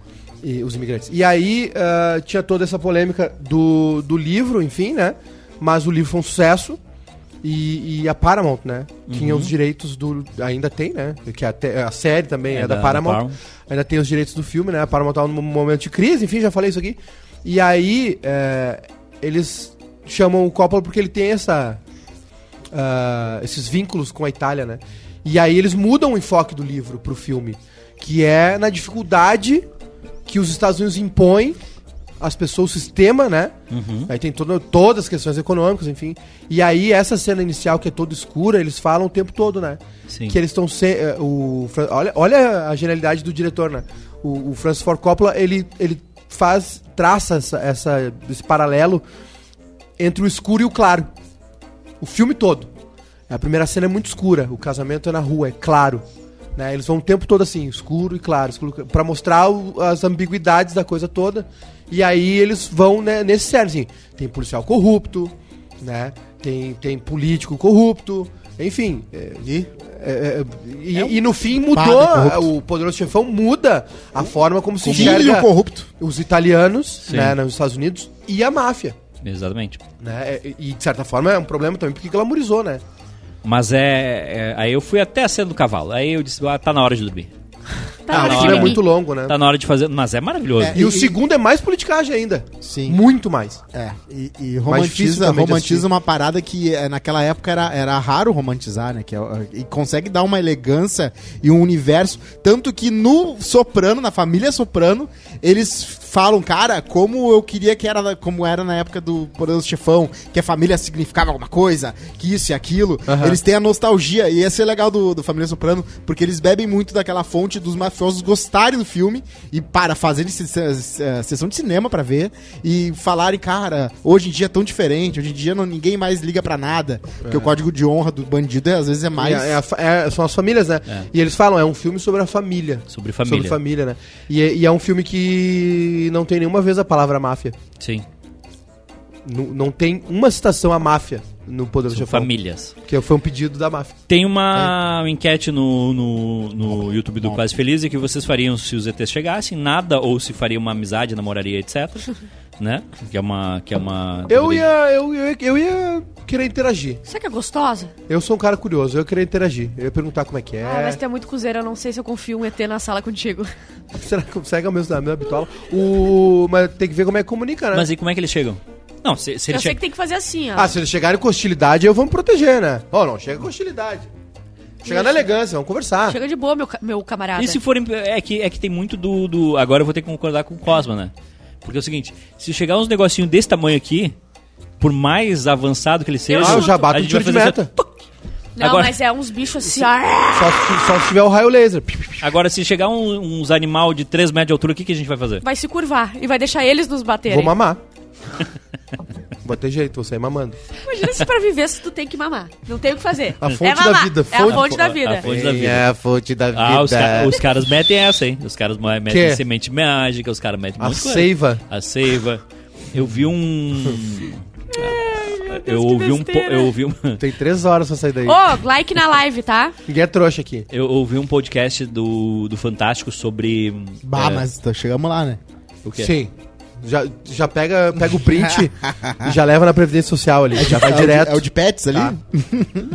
E os imigrantes. E aí ah, tinha toda essa polêmica do, do livro, enfim, né? Mas o livro foi um sucesso. E, e a Paramount, né? Tinha os direitos do. Ainda tem, né? Que até, a série também é, da, Paramount. Ainda tem os direitos do filme, né? A Paramount tá num momento de crise, enfim, já falei isso aqui. E aí, é, eles chamam o Coppola porque ele tem essa, ah, esses vínculos com a Itália, né? E aí eles mudam o enfoque do livro pro filme, que é na dificuldade que os Estados Unidos impõem às pessoas, o sistema, né? Uhum. Aí tem todo, todas as questões econômicas, enfim. E aí essa cena inicial, que é toda escura, eles falam o tempo todo, né? Sim. que eles estão se, eh, o Fran- olha, olha a genialidade do diretor, né? O, o Francis Ford Coppola, ele, ele faz, traça essa, essa- esse paralelo entre o escuro e o claro. O filme todo. A primeira cena é muito escura, o casamento é na rua, é claro. Né? Eles vão o tempo todo assim, escuro e claro, escuro, pra mostrar o- as ambiguidades da coisa toda. E aí eles vão né, nesse sério, assim, tem policial corrupto, né? Tem, tem político corrupto, enfim. é, E? um é, é, e, e no fim padre mudou, corrupto. o Poderoso Chefão muda a forma como se Filho enxerga corrupto. os italianos Sim. né, nos Estados Unidos e a máfia. Exatamente. Né? E, de certa forma, é um problema também porque glamorizou, né? Mas é, é- Aí eu fui até a cena do cavalo. Aí eu disse, ah, tá na hora de dormir. Tá Ah, na não, hora o filme de é né? muito dormir. longo, né? Tá na hora de fazer. Mas é maravilhoso. E o segundo é mais politicagem ainda. Sim. Muito mais. É, e, e difícil romantiza, também de romantiza assistir. uma parada que eh, naquela época era, era raro romantizar, né? Que é, eh, e consegue dar uma elegância e um universo. Tanto que no Soprano, na família Soprano, eles falam, cara, como eu queria que era, como era na época do Poderoso Chefão, que a família significava alguma coisa, que isso e aquilo. Aham. Eles têm a nostalgia, e esse é legal do, do Família Soprano, porque eles bebem muito daquela fonte dos mafiosos gostarem do filme e, para, fazerem se- se- se- eh, sessão de cinema pra ver e falarem, cara, hoje em dia é tão diferente, hoje em dia não, ninguém mais liga pra nada, porque o código de honra do bandido é, às vezes é mais... E é- é a fa- é- são as famílias, né? É. E eles falam, é um filme sobre a família. Sobre família. Sobre família, né? E, é- e é um filme que não tem nenhuma vez a palavra máfia. Sim. Nu- não tem uma citação à máfia no Poder do São Chefão. famílias. Que foi um pedido da máfia. Tem uma É. enquete no, no, no YouTube do Quase Feliz e que vocês fariam se os ETs chegassem, nada, ou se faria uma amizade, namoraria, etc. né? Que é uma. Que é uma Eu ia, eu, eu, eu ia querer interagir. Será que é gostosa? Eu sou um cara curioso, eu ia querer interagir. Eu ia perguntar como é que é. Ah, mas tu é muito cuzeiro, eu não sei se eu confio um ET na sala contigo. Será que consegue ao mesmo da mesma bitola? O... Mas tem que ver como é que comunica, né? Mas e como é que eles chegam? Não, se, se eu eles sei que chegam. tem que fazer assim, ó. Ah, se eles chegarem com hostilidade, eu vou me proteger, né? Ó, não, chega com hostilidade. Chega na elegância, vamos conversar. Chega de boa, meu, ca- meu camarada. E se forem. É que, é que tem muito do, do- Agora eu vou ter que concordar com o Cosma, né? Porque é o seguinte: se chegar uns negocinhos desse tamanho aqui, por mais avançado que ele seja. Ah, eu já bato a um gente tiro vai de fazer meta. assim, tuc. Não, Agora- mas é uns bichos assim, ó. Só se, só se tiver o raio laser. Agora, se chegar um- uns animal de 3 metros de altura, o que, que a gente vai fazer? Vai se curvar e vai deixar eles nos Vou baterem. mamar. Vou ter jeito, vou sair mamando. Imagina se pra viver se tu tem que mamar. Não tem o que fazer. A fonte é da mamar. vida, É a fonte- Ah, fonte da vida. A fonte da vida. a fonte da vida. Ah, os, ca- os caras metem essa, hein? Os caras ma- metem Quê? semente mágica, os caras metem um A monte de coisa. seiva. A seiva. Eu vi um. eu ouvi um. po- besteira. Eu ouvi, um- Tem três horas pra sair daí. Ô, Oh! like na live, tá? Ninguém é trouxa aqui. eu ouvi um podcast do, do Fantástico sobre. Bah, é, mas tá- chegamos lá, né? O é? quê? Sim. Já, já pega, pega o print e já leva na Previdência Social ali. Já vai é, direto. O de, é o de pets ali? Tá.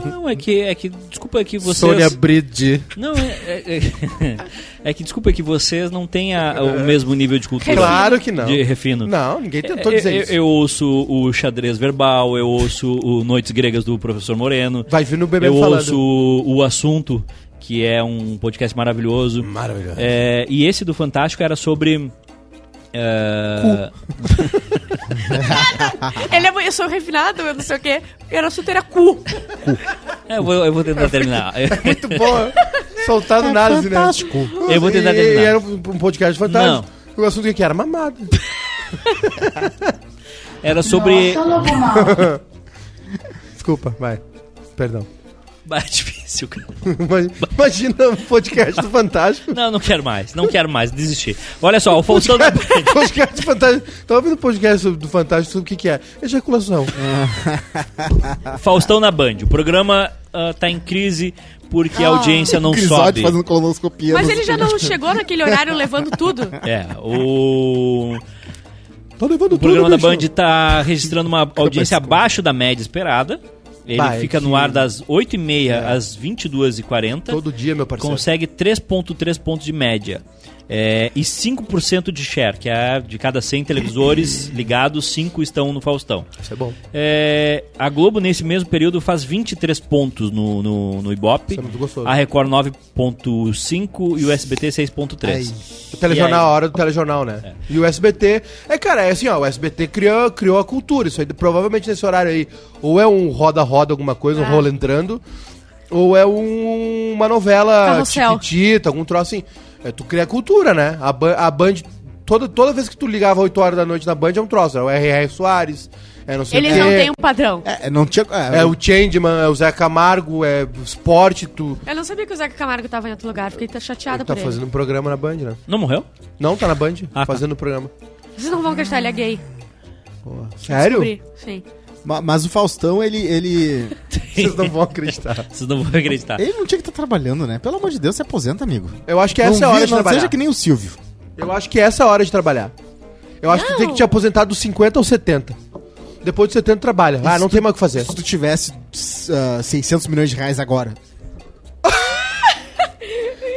Não, é que. É que desculpa é que vocês. Sônia Bride. Não, é, é, é- é que desculpa é que vocês não têm a- o mesmo nível de cultura. É. Claro que não. De refino. Não, ninguém tentou Eu- dizer É, eu, isso. eu ouço o xadrez verbal, eu ouço o Noites Gregas do professor Moreno. Vai vir no bebê eu falando. ouço o, o Assunto, que é um podcast maravilhoso. Maravilhoso. É, e esse do Fantástico era sobre. é, Ele é, mu- eu sou refinado, eu não sei o quê. Era super a cu. é, eu, vou, eu vou tentar terminar. Muito bom. Soltado É nada, né? fantástico. Eu vou tentar E- terminar. E era um um podcast fantástico. O assunto que era mamada. Era sobre. Desculpa, vai. Perdão. Ah, é difícil, cara. Imagina um podcast do Fantástico. Não, não quero mais, não quero mais, desisti. Olha só, o Faustão. da- podcast do Fantástico. Tava ouvindo um podcast do Fantástico sobre o que, que é? Ejaculação. É. Faustão na Band. O programa ah, tá em crise Ah. porque a audiência não Crisóide um sobe. fazendo colonoscopia. Mas nos- ele já não chegou naquele horário levando tudo. É, o. Tô Tá levando O programa da tudo, Band bicho. tá registrando uma audiência abaixo da média esperada. Ele Bah, é fica que- no ar das 8h30 às 22h40. Todo dia, meu parceiro. tá consegue 3,3 pontos de média. É, e 5% de share, que é de cada 100 televisores ligados, 5 estão no Faustão. Isso é bom. É, a Globo, nesse mesmo período, faz 23 pontos no, no, no Ibope. Isso é muito gostoso. a Record 9.5 e o SBT 6.3. O É telejornal, E a aí? hora do telejornal, né? E o SBT. É, cara, é assim, ó, o SBT criou, criou a cultura. Isso aí, provavelmente nesse horário aí, ou é um roda-roda, alguma coisa, um Ah. rolo entrando, ou é um- uma novela Carrossel. chiquitita, algum troço assim. É, tu cria a cultura, né? A, Ban- a Band Toda, toda vez que tu ligava 8 horas da noite na Band é um troço. É o R.R. Soares, é não sei Eles o quê. não têm um padrão. É, não tinha. É, É o Changeman, é o Zé Camargo, é o Sport, tu... Eu não sabia que o Zeca Camargo tava em outro lugar, fiquei tá chateada É. Ele por tá ele. fazendo um programa na Band, né? Não morreu? Não, tá na Band, Ah, tá. fazendo o programa. Vocês não vão acreditar, ele é gay. Sério? Descobri, Sim. ma- mas o Faustão, ele. Ele, Vocês não vão acreditar. Vocês não vão acreditar. ele não tinha que estar trabalhando, né? Pelo amor de Deus, se aposenta, amigo. Eu acho que essa é não a vi- hora de não trabalhar. seja que nem o Silvio. Eu acho que essa é a hora de trabalhar. Eu acho que tu tem que te aposentar dos 50 aos 70. Depois dos 70 trabalha. Ah, não tem mais o que fazer. Se tu tivesse ah, 600 milhões de reais agora.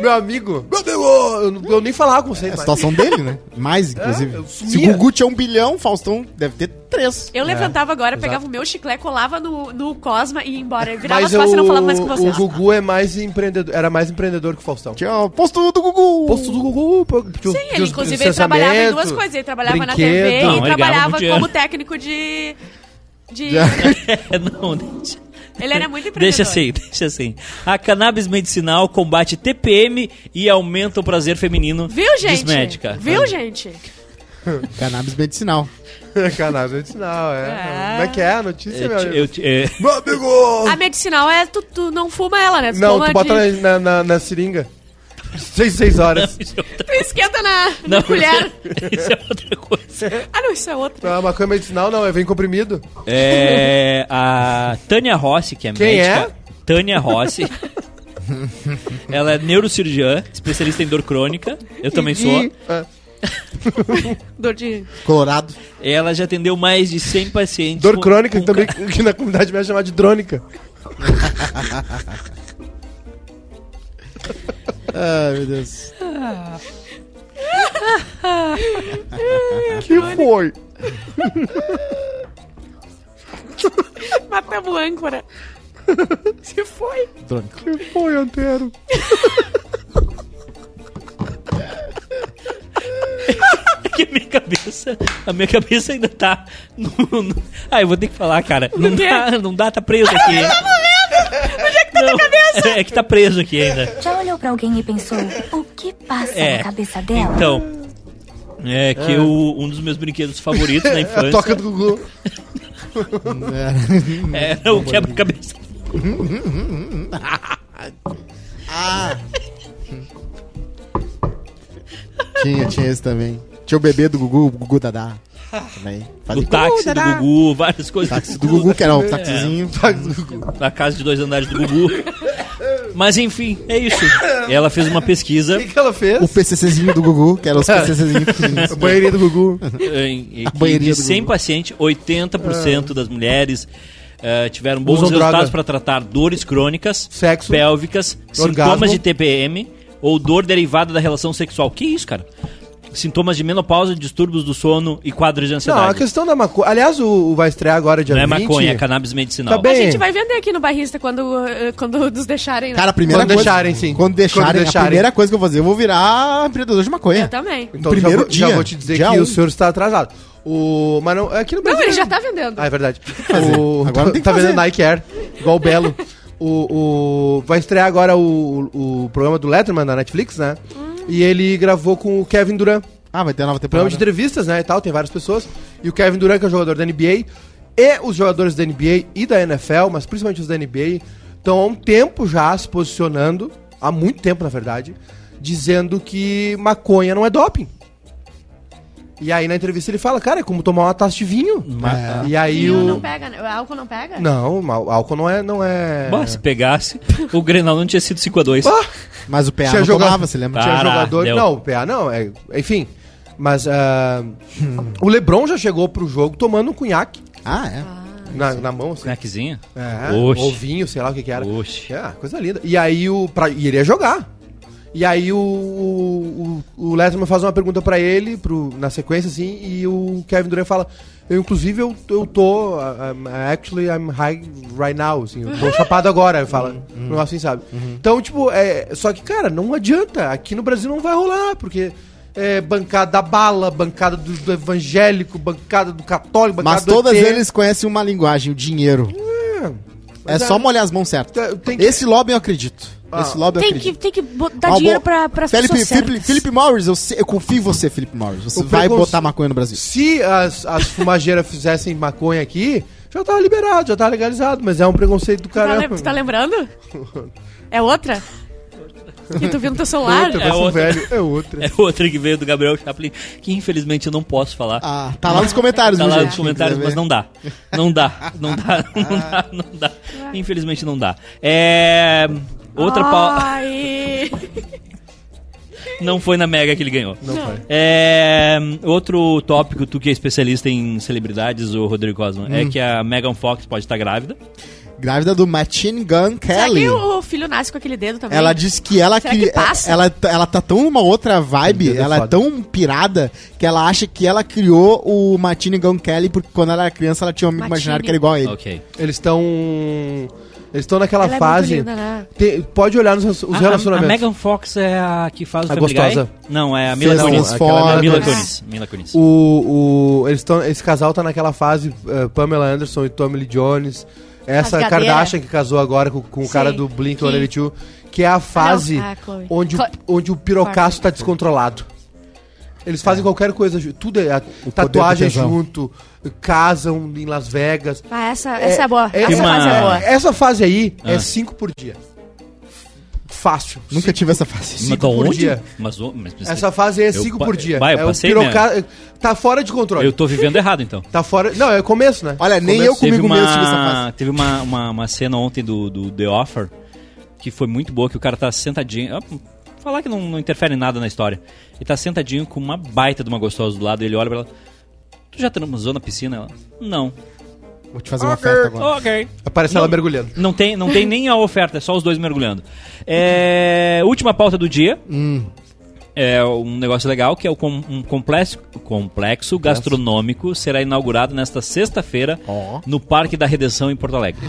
Meu amigo, meu Deus, eu, não- eu nem falava com você. É a situação dele, né? Mais, inclusive. É, eu Se sumia. o Gugu tinha um bilhão, o Faustão deve ter três. Eu levantava agora, É. exato. pegava o meu chiclete, colava no, no Cosma e ia embora. Eu virava Mas as costas e eu- não falava mais com o vocês. Gugu é mais empreendedor, era mais empreendedor que o Faustão. Tinha o posto do Gugu. Tipo Posto do Gugu, pô, tinha Sim, os- tinha ele os inclusive ele trabalhava em duas licenciamentos, coisas. Ele trabalhava na TV brinquedo. Não, e ele ganhava trabalhava muito dinheiro. como técnico de. de... É, não, deixa. Ele era muito empreendedor. Deixa assim, deixa assim. A cannabis medicinal combate TPM e aumenta o prazer feminino. Viu, gente? Diz médica. Viu, gente? Cannabis medicinal. Canal medicinal, é. É. Como é que é a notícia, Eu, meu te- eu, amigo? te- é, Meu amigo! A medicinal é. Tu, tu não fuma ela, né? Tu Não, toma tu bota de- na, na, na, na seringa. Seis, seis horas. Tu esquenta na, na não, colher. é Isso é outra coisa. Ah, não, isso é outra. Não, a maconha medicinal não, é vem comprimido. É, a Tânia Rossi, que é Quem médica. Tânia Rossi. Ela é neurocirurgiã, especialista em dor crônica. Eu também sou. E- é. Dor de. Colorado. Ela já atendeu mais de 100 pacientes. Dor com- crônica, com que também ca- que na comunidade vai chamar de drônica. Ah, Ai, meu Deus. Que foi? Matamos o âncora. Se foi. Drônico. Que foi, Antero? Que a minha cabeça. A minha cabeça ainda tá. no- no- Ah, eu vou ter que falar, cara. Não quê? dá, não dá, tá preso Ah, aqui. Não, É que tá preso aqui ainda. Já olhou pra alguém e pensou, o que passa É, na cabeça dela? Então. É que eu- um dos meus brinquedos favoritos na É a infância Ah. toca do Gugu. era o quebra-cabeça. Tinha, tinha esse também. Tinha o bebê do Gugu, o Gugu Dadá. Também. Fazia Do táxi né? do Gugu, várias coisas. Táxi do Gugu, que era um o É, táxizinho. Na casa de dois andares do Gugu. Mas enfim, é isso. Ela fez uma pesquisa eh, O que, que ela fez? O PCCzinho do Gugu, que era os PCCzinhos pequenininhos. A É. banheirinha do Gugu. em, em, A banheirinha de do 100 Gugu. pacientes, 80% das mulheres eh, tiveram bons Ah. Usam resultados droga. para tratar dores crônicas, Sexo. pélvicas, Orgasmo. sintomas de TPM ou dor derivada da relação sexual. Que isso, cara? Sintomas de menopausa, distúrbios do sono e quadros de Não, ansiedade. a questão da maconha. Aliás, o, o vai estrear agora dia Não 20. é maconha, é cannabis medicinal. Tá bem. A gente vai vender aqui no barrista quando, eh, quando nos deixarem. né? Cara, a primeira Quando coisa. deixarem, sim. Quando deixarem, Quando deixarem. a primeira coisa que eu vou fazer, eu vou virar empreendedor de Eu maconha. também. Então No já, primeiro vou, já dia. vou te dizer Dia que um. o senhor está atrasado. O, mas não, aqui no Não, Brasil- ele já tá vendendo. Ah, é verdade. fazer. O, Agora tem que tá fazer. vendo Nike Air, igual o Belo. o, o- vai estrear agora o, o, o programa do Letterman na Netflix, né? Hum. E ele gravou com o Kevin Durant. Ah, vai ter a nova Programa temporada. de entrevistas, né, e tal, tem várias pessoas. E o Kevin Durant, que é um jogador da NBA, e os jogadores da NBA e da NFL, mas principalmente os da NBA, estão há um tempo já se posicionando, há muito tempo, na verdade, dizendo que maconha não é doping. E aí na entrevista ele fala, cara, é como tomar uma taça de vinho. Ma- E aí Vinho o... não pega, né? O álcool não pega? Não, o álcool não é... Não é... Bah, se pegasse, o Grenal não tinha sido 5x2. Ah! Mas o PA Tinha não jogado- tomava, você lembra? Tá. Tinha Pará, jogador. deu. Não, o PA não, é, enfim. Mas ah, o Lebron já chegou pro jogo tomando um cunhaque Ah, é. na, na mão, assim. Snackzinho? É, Oxe. ou vinho, sei lá o que que era. Oxe. É, coisa linda. E aí o. Pra, e ele ia jogar. E aí o, o, o Letterman faz uma pergunta pra ele, pro, na sequência, assim, e o Kevin Durant fala. Eu, inclusive, eu, eu tô. I'm- actually, I'm high right now, assim, eu tô chapado agora, fala. Uhum. Não assim, sabe? Então, tipo, é. Só que, cara, não adianta. Aqui no Brasil não vai rolar, porque. É, bancada da bala, bancada do, do evangélico, bancada do católico, bancada Mas do todas ET. eles conhecem uma linguagem, o dinheiro. É só molhar as mãos certo. Tá, tem que- Esse lobby eu acredito. Ah. Esse lobby eu Tem que, acredito. tem que bo- dar Uma dinheiro boa- pra, pra Felipe, pessoas Felipe, certas. Felipe Morris, eu, sei- eu confio em você, Felipe Morris. Você O vai preconce- botar maconha no Brasil. Se as, as fumageiras fizessem maconha aqui, já tava liberado, já tava legalizado, mas é um preconceito do Tu tá, lem- caramba. tu tá lembrando? É outra? Que tu viu no teu celular? outra, É é outra. velho, é outra. É outra que veio do Gabriel Chaplin, que infelizmente eu não posso falar. Ah, tá lá nos comentários, Tá viu, lá gente? nos comentários, Quem mas quiser não dá. Não dá, não dá, não dá, não dá. Infelizmente não dá. É. Outra pau. Ai. Não foi na Mega que ele ganhou. Não, pai. É, outro tópico, tu que é especialista em celebridades, o Rodrigo Cosman, é que a Megan Fox pode estar grávida. ver. Grávida do Machine Gun Será Kelly. que é o filho nasce com aquele dedo também? Ela disse que ela Será cri- que passa? Ela, ela tá tão numa outra vibe, Entendeu, ela é foda. tão pirada que ela acha que ela criou o Martini Gun Kelly porque quando ela era criança ela tinha um amigo Martini. imaginário que era igual a ele. Ok. Eles estão. Eles estão naquela Ela é muito fase. linda, né? Te- pode olhar nos, os Ah, A- relacionamentos. A, Megan Fox é a que faz o A Family gostosa. Guy? Não, é a Mila Fez Kunis. uns É a Mila fotos. Kunis. Mila Kunis. O, o, eles tão, esse casal tá naquela fase, eh, Pamela Anderson e Tommy Lee Jones. Essa Rasgadeira. Kardashian que casou agora com, com o Sim, cara do Blink que- 182, que é a fase Ah, Chloe. onde, o, Chloe. onde o pirocaço tá descontrolado. Eles É. fazem qualquer coisa, ju- tudo é a- do tatuagem tesão. junto, casam em Las Vegas. Ah, essa, essa é, boa. é- essa Tem uma- fase é boa. Essa fase aí Ah. é 5 por dia. Fácil. Nunca tive essa fase. Mas cinco por onde? dia. Mas, o- mas- mas- Essa fase aí é Eu 5 pa- por dia. Bah, eu é o passei, né? piroca- Tá fora de controle. eu tô vivendo errado, então. Tá fora. Não, é começo, né? Olha, nem Começo. eu comigo mesmo tive essa fase. Teve uma, uma, uma cena ontem do, do The Offer que foi muito boa, que o cara tá sentadinho. ah, Falar que não, não interfere em nada na história. Ele tá sentadinho com uma baita de uma gostosa do lado, ele olha pra ela. Tu já transou na piscina? Ela, não. Vou te fazer uma oferta agora. Ok. Aparece ela mergulhando. Não tem, não tem nem a oferta, é só os dois mergulhando. É, última pauta do dia. É um negócio legal que é o com- um complexo, complexo gastronômico será inaugurado nesta sexta-feira Ó. no Parque da Redenção em Porto Alegre.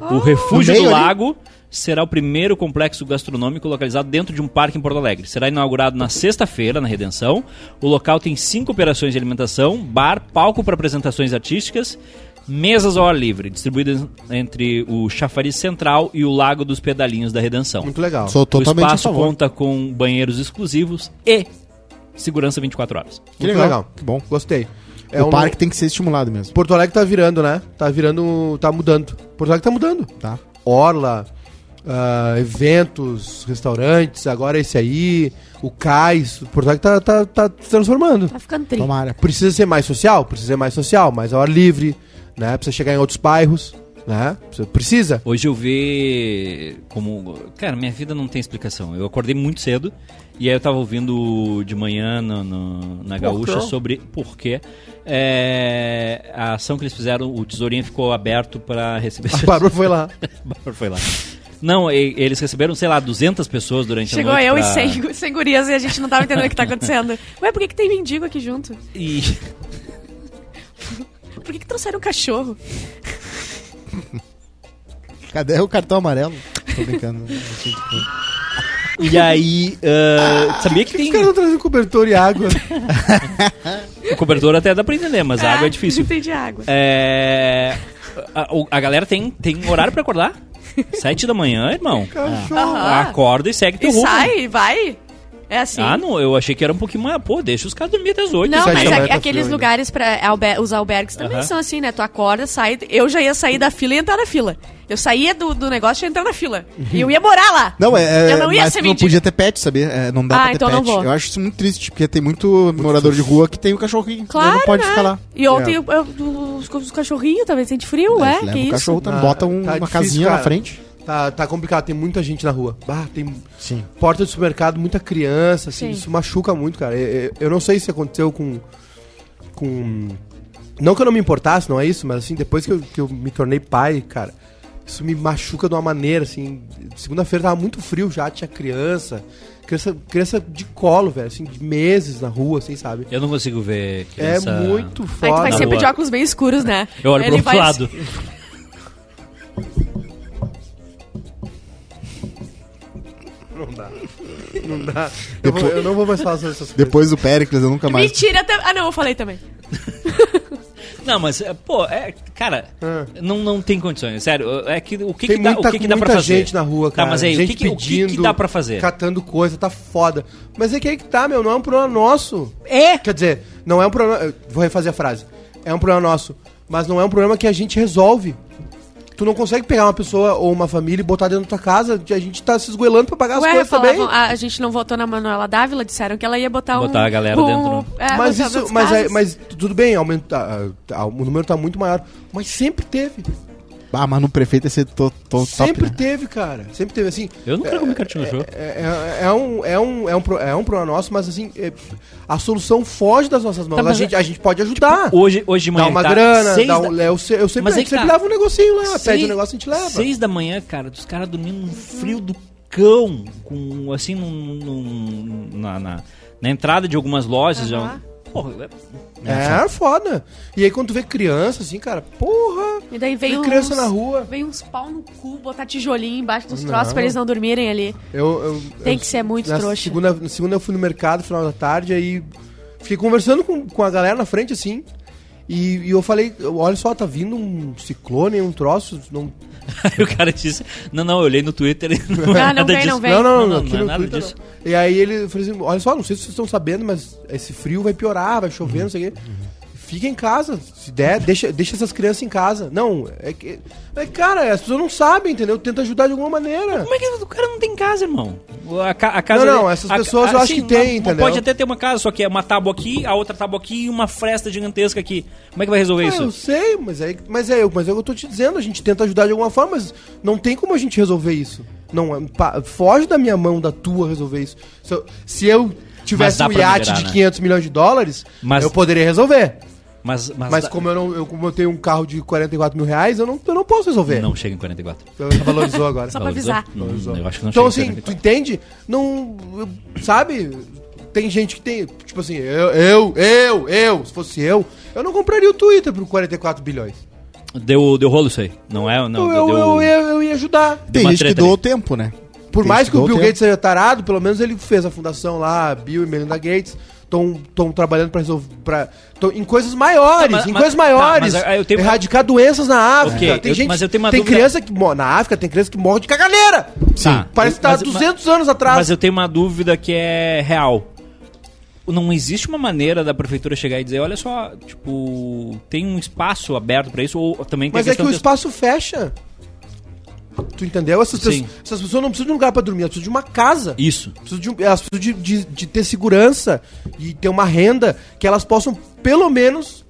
O No Refúgio meio do ali? Lago será o primeiro complexo gastronômico localizado dentro de um parque em Porto Alegre. Será inaugurado na sexta-feira, na Redenção. O local tem cinco operações de alimentação, bar, palco para apresentações artísticas, mesas ao ar livre, distribuídas entre o Chafariz Central e o Lago dos Pedalinhos da Redenção. Muito legal. Sou o totalmente a espaço favor. conta com banheiros exclusivos e segurança 24 horas. Que Muito legal. legal. Que bom. Gostei. É o um- parque tem que ser estimulado mesmo. Porto Alegre tá virando, né? Tá virando. Tá mudando. Porto Alegre tá mudando. Tá? Orla, ah, eventos, restaurantes, agora esse aí, o cais. Porto Alegre tá, tá, tá se transformando. Tá ficando triste. Tomara. Precisa ser mais social? Precisa ser mais social, mais ao ar livre, né? Precisa chegar em outros bairros, né? Precisa- Precisa. Hoje eu vi como. Cara, minha vida não tem explicação. Eu acordei muito cedo e aí eu tava ouvindo de manhã no- no- na Gaúcha sobre por que é, a ação que eles fizeram, o Tesourinha ficou aberto para receber. A Bárbara foi lá. Bárbara foi lá. Não, e- eles receberam, sei lá, 200 pessoas durante Chegou a noite. eu pra- e sem, sem gurias e a gente não tava entendendo o que tá acontecendo. Ué, por que, que tem mendigo aqui junto? E Por que, que trouxeram um cachorro? Cadê o cartão amarelo? Tô brincando. Não E aí, ah, sabia que Os tem. caras estão trazendo cobertor e água. O cobertor até dá pra entender, mas a água é difícil. Tem de Ah, água. É. A, o- a galera tem, tem horário pra acordar? Sete da manhã, irmão. Cachorro. Ah. Acorda e segue teu E um rumo. sai, e vai. É assim. Ah, não, eu achei que era um pouquinho mais. Pô, deixa os caras dormir até as oito. Não, Sete mas é da manhã aque- tá frio aqueles ainda. lugares para os albergues também Aham. são assim, né? Tu acorda, sai. Eu já ia sair da fila e entrar na fila. Eu saía do, do negócio e ia entrar na fila. E eu ia morar lá. Não, é. é Eu não ia mas ser tu não mendigo. podia ter pet, sabia? É, não dá Ah, pra ter então pet. não vou. Eu acho isso muito triste, porque tem muito, morador de rua que tem o cachorrinho. Claro, Não pode né? ficar lá. E ontem É. eu- eu- os, os cachorrinhos também sente frio, Eles ué? levam Que o isso? cachorro, Ah, também, bota um- tá uma difícil, casinha na cara. frente. Tá, tá complicado, tem muita gente na rua. Bah, tem Sim. porta de supermercado, muita criança, assim, Sim. isso machuca muito, cara. Eu, eu- eu não sei se aconteceu com. com. Não que eu não me importasse, não é isso, mas assim, depois que eu, que eu me tornei pai, cara, isso me machuca de uma maneira, assim. Segunda-feira tava muito frio já, tinha criança. Criança, criança de colo, velho, assim, de meses na rua, assim, sabe? Eu não consigo ver. criança- É muito Aí tu foda. vai Na sempre rua. de óculos bem escuros, né? Eu olho pro Ele outro vai- lado. Não dá. Não dá. Eu, vou- eu não vou mais falar sobre essas coisas. Depois do Péricles, eu nunca mais. Mentira, tam- ah não, eu falei também. Não, mas, é, pô, é, cara, Ah. não, não tem condições, sério. É que o que, Tem que dá, muita, o que que dá pra muita fazer? gente na rua, cara. Tá, mas aí, o gente que, que, o que que dá pra fazer? Catando coisa, tá foda. Mas é que aí que tá, meu, não é um problema nosso. É? Quer dizer, não é um problema... eu Vou refazer a frase. É um problema nosso, mas não é um problema que a gente resolve. Tu não consegue pegar uma pessoa ou uma família e botar dentro da tua casa, a gente tá se esgoelando pra pagar as Ué, coisas falavam, ah, também. a, a gente não votou na Manuela Dávila, disseram que ela ia botar, um... Botar a galera dentro, é, mas botar isso, nas mas, aí- casas. mas tudo bem, aumenta, ah, tá, o número tá muito maior. Mas sempre teve. Ah, mas no prefeito ia ser to, to, top, sempre né? teve, cara. Sempre teve, assim. Eu nunca comi cartinho no jogo. É, é- é um, é, um, é, um, pro- é um problema nosso, mas assim, é- a solução foge das nossas mãos. Tá, a, mas gente, a gente pode ajudar. Hoje, hoje de manhã. dá uma tá grana, seis dá da- um, eu, se- eu sempre, Mas a aí gente que sempre tá. leva um negocinho lá, pede Seis- um negócio e a gente leva. Seis da manhã, cara, os caras dormindo num frio do cão, com assim, num, num- na, na, na entrada de algumas lojas. Aham. Já, um porra, É, foda. E aí quando tu vê criança, assim, cara, porra, E daí veio vê criança uns- na rua. Veio uns pau no cu, botar tijolinho embaixo dos Não. troços pra eles não dormirem ali. Eu, eu- Tem eu- que ser muito na trouxa. Segunda, na segunda eu fui no mercado, final da tarde, aí fiquei conversando com, com a galera na frente, assim, e, e eu falei, olha só, tá vindo um ciclone, um troço, não... Aí o cara disse: Não, não, eu olhei no Twitter e não, é Ah, não nada vem, disso. não vem. não, não, não, Não, aqui não é no nada Twitter disso. não. E aí ele falou assim, olha só, não sei se vocês estão sabendo, mas esse frio vai piorar, vai chover, não sei o quê. Fica em casa, se der, deixa, deixa essas crianças em casa. Não, é que... É, que, cara, as pessoas não sabem, entendeu? Tenta ajudar de alguma maneira. Como é que o cara não tem casa, irmão? A, ca- a casa Não, não, essas pessoas eu acho que tem, uma- entendeu? Pode até ter uma casa, só que é uma tábua aqui, a outra tábua aqui e uma fresta gigantesca aqui. Como é que vai resolver Ah, eu isso? sei, mas é, mas é eu, mas é o que eu tô te dizendo, a gente tenta ajudar de alguma forma, mas não tem como a gente resolver isso. Não, é, pa- foge da minha mão, da tua resolver isso. Se eu, se eu tivesse dá um pra iate melhorar, de né? 500 milhões de dólares, Mas- eu poderia resolver. Mas, mas, tá- Mas dá- como eu não, eu, como eu tenho um carro de 44 mil reais, eu não, eu não posso resolver. não chega em 44. Eu- Valorizou agora. Só pra avisar. Não, Hum, Uhum, eu acho que não Então, chega em assim, 44. tu entende? Não. eu- Sabe? Tem gente que tem. Tipo assim, eu, eu, eu, eu. Se fosse eu, eu não compraria o Twitter por 44 bilhões. Deu, deu rolo isso aí. Não é? Não, eu, deu, eu, eu, eu ia ajudar. deu Tem uma gente que treta doa ali. o tempo, né? Por Tem mais gente que o doa Bill tempo. Gates seja tarado, pelo menos ele fez a fundação lá, Bill e Melinda Gates, estão trabalhando para resolver. Pra, tão- em coisas maiores, Tá, mas- em mas- coisas tá, maiores. mas aí eu tenho- Erradicar doenças na África. Ok, tem eu- gente. mas eu tenho uma tem dúvida- criança que morre. Na África tem criança que morre de caganeira. Tá. Parece que tá Mas- 200 anos atrás. Mas eu tenho uma dúvida que é real. Não existe uma maneira da prefeitura chegar e dizer, olha só, tipo, tem um espaço aberto pra isso, ou também tem Mas é que o de- espaço fecha. Tu entendeu? Essas, Sim. pessoas, essas pessoas não precisam de um lugar pra dormir, elas precisam de uma casa. Isso. Precisam de, um- elas precisam de, de- de ter segurança e ter uma renda que elas possam, pelo menos,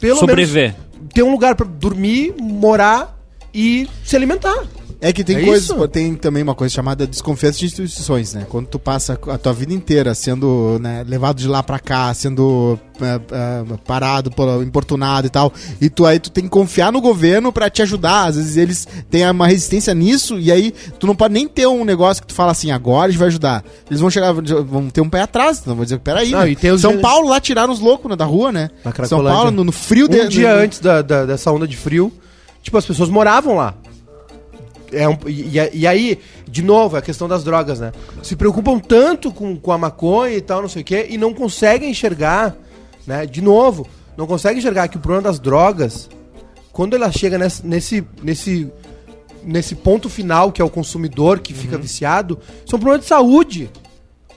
pelo Sobreviver. menos, ter um lugar pra dormir, morar e se alimentar. É que tem É coisas, isso? pô, tem também uma coisa chamada desconfiança de instituições, né? Quando tu passa a tua vida inteira sendo né, levado de lá pra cá, sendo é, é, parado, pô, importunado e tal, e tu aí tu tem que confiar no governo pra te ajudar. Às vezes eles têm uma resistência nisso e aí tu não pode nem ter um negócio que tu fala assim, agora a gente vai ajudar. Eles vão chegar, vão ter um pé atrás, então vão dizer, peraí, Não, né? e tem os São gene- Paulo lá tiraram os loucos né, da rua, né? São Na Cracolândia. Paulo, no, no frio Um dia no- antes da- da- dessa onda de frio, tipo, as pessoas moravam lá. É um- e, e- e aí, de novo, é a questão das drogas, né? Se preocupam tanto com, com a maconha e tal, não sei o quê, e não conseguem enxergar, né? De novo, não conseguem enxergar que o problema das drogas, quando ela chega nesse, nesse, nesse, nesse ponto final, que é o consumidor que fica viciado, isso é um problema de saúde.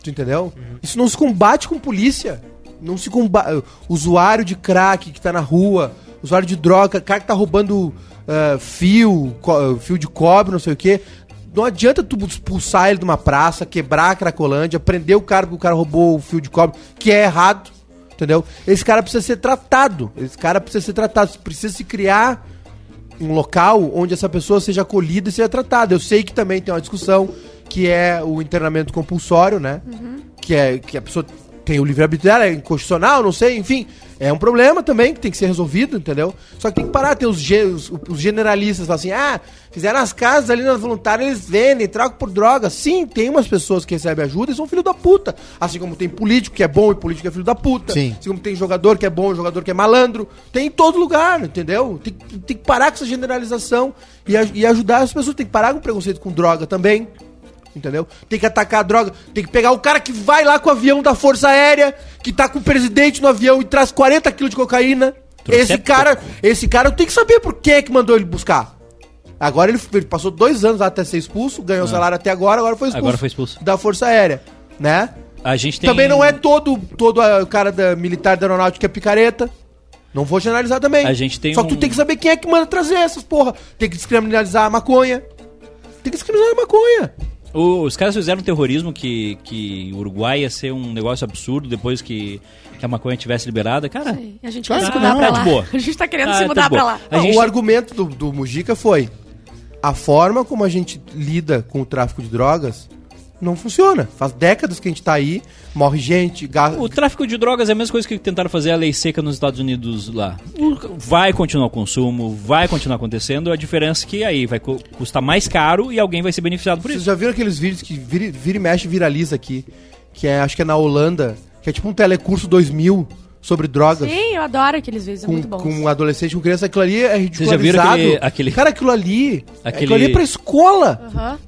Tu entendeu? Isso não se combate com polícia. Não se combate. Usuário de crack que tá na rua, usuário de droga, cara que tá roubando ah, fio, co- eh, fio de cobre, não sei o quê. Não adianta tu expulsar ele de uma praça, quebrar a cracolândia, prender o cara porque o cara roubou o fio de cobre, que é errado. Entendeu? Esse cara precisa ser tratado. Esse cara precisa ser tratado. Precisa se criar um local onde essa pessoa seja acolhida e seja tratada. Eu sei que também tem uma discussão que é o internamento compulsório, né? Que é que a pessoa tem o livre-arbítrio dela, é inconstitucional, não sei, enfim. É um problema também que tem que ser resolvido, entendeu? Só que tem que parar, tem os, ge- os, os generalistas falam assim, ah, fizeram as casas ali na voluntária, eles vendem, trocam por droga. Sim, tem umas pessoas que recebem ajuda e são filho da puta. Assim como tem político que é bom e político que é filho da puta. Sim. Assim como tem jogador que é bom, jogador que é malandro. Tem em todo lugar, entendeu? Tem, que- tem que parar com essa generalização e, aj- e ajudar as pessoas. Tem que parar com o preconceito com droga também. Entendeu? Tem que atacar a droga. Tem que pegar o cara que vai lá com o avião da Força Aérea, que tá com o presidente no avião e traz 40 quilos de cocaína. Esse cara, esse cara, eu tenho que saber por quem é que mandou ele buscar. Agora ele, ele passou dois anos lá até ser expulso, ganhou salário até agora, agora foi expulso. Agora foi expulso. Da Força Aérea, né? A gente tem... Também não é todo todo ah, o cara da militar da aeronáutica que é picareta. Não vou generalizar também. A gente tem Só que tu um- tem que saber quem é que manda trazer essas porra. Tem que descriminalizar a maconha. Tem que descriminalizar a maconha. O- os caras fizeram um terrorismo que, que o Uruguai ia ser um negócio absurdo depois que, que a maconha tivesse liberada. Cara, Sim, A gente Claro quer se que mudar não. pra Tá lá. de boa. A gente tá querendo Ah, se tá mudar de pra boa. lá. A gente- O argumento do, do Mujica foi: a forma como a gente lida com o tráfico de drogas não funciona. Faz décadas que a gente tá aí, morre gente, gasta. o tráfico de drogas é a mesma coisa que tentaram fazer a lei seca nos Estados Unidos lá. O- Vai continuar o consumo, vai continuar acontecendo. A diferença é que aí vai cu- custar mais caro e alguém vai ser beneficiado por Vocês isso. já viram aqueles vídeos que vira, vira e mexe viraliza aqui? Que é, acho que é na Holanda, que é tipo um telecurso 2000 sobre drogas. Sim, eu adoro aqueles vídeos, é Com, muito bons. com um adolescente, com criança, aquilo ali é Vocês já viram ridicularizado. aquele- aquele- Cara, aquilo ali, aquilo Aquele- ali é pra escola, Aham.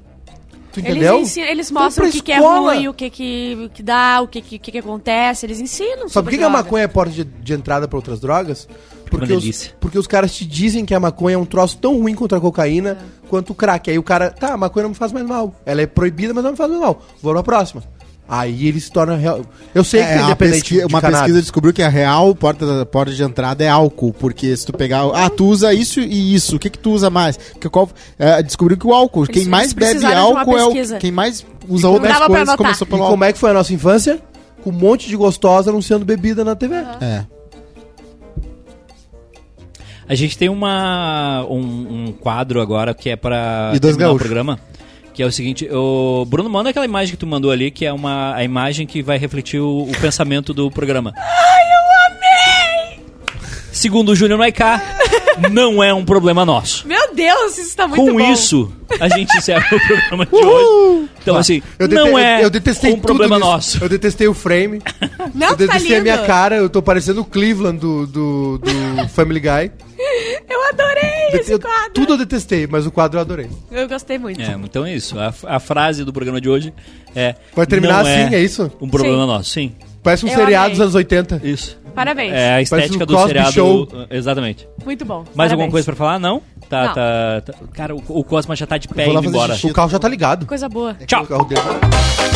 tu Eles, entendeu? ensinam- eles Então, mostram pra o que, que é escola. ruim, o que, que, o que dá, o que, que, o que, que acontece. Eles ensinam. Sabe por que, sobre que a drogas. maconha é porta de, de entrada pra outras drogas? Porque É Uma os, delícia. porque os caras te dizem que a maconha é um troço tão ruim contra a cocaína É. quanto o crack. Aí o cara, tá, a maconha não me faz mais mal. Ela é proibida, mas não me faz mais mal. Vou na próxima. Aí ele se torna real. Eu sei que É, é uma independente pesqui- de uma cannabis. pesquisa descobriu que a real porta, da porta de entrada é álcool, porque se tu pegar. o- Ah, tu usa isso e isso. O que, que tu usa mais? Que, qual, é, descobriu que o álcool. Eles- quem mais eles bebe precisaram de uma álcool é pesquisa. o. Quem mais usa Não dava outras pra coisas anotar. começou E pelo como é que foi a nossa infância? Com um monte de gostosa anunciando bebida na TV. É. A gente tem uma, um, um quadro agora que é pra E dois terminar o gaúchos. programa. Que é o seguinte, o Bruno, manda aquela imagem que tu mandou ali, que é uma, a imagem que vai refletir o, o pensamento do programa. Ai, eu amei! Segundo o Júnior Maiká, não é um problema nosso. Meu Deus, isso tá muito Com bom. isso, a gente encerra o programa de hoje. Então, assim, Eu dete- não é eu detestei um tudo problema nisso. nosso. Eu detestei o frame. Não, eu tu tá detestei lindo. a minha cara. Eu tô parecendo o Cleveland do, do, do Family Guy. Eu adorei Dete- esse eu- quadro. tudo eu detestei, mas o quadro eu adorei. Eu gostei muito. É, então é isso. A, a frase do programa de hoje é. Vai terminar não assim, é isso? Um problema Sim. nosso, sim. Parece um Eu seriado amei. dos anos 80. Isso. Parabéns. É a Parece estética um do Cosby seriado. Show. Exatamente. Muito bom. Mais Parabéns. alguma coisa pra falar? Não? Tá, Não. Tá, tá- Cara, o, o Cosma já tá de pé Vou lá indo fazer embora. xixi. O carro já tá ligado. Coisa boa. Tchau. O carro dele.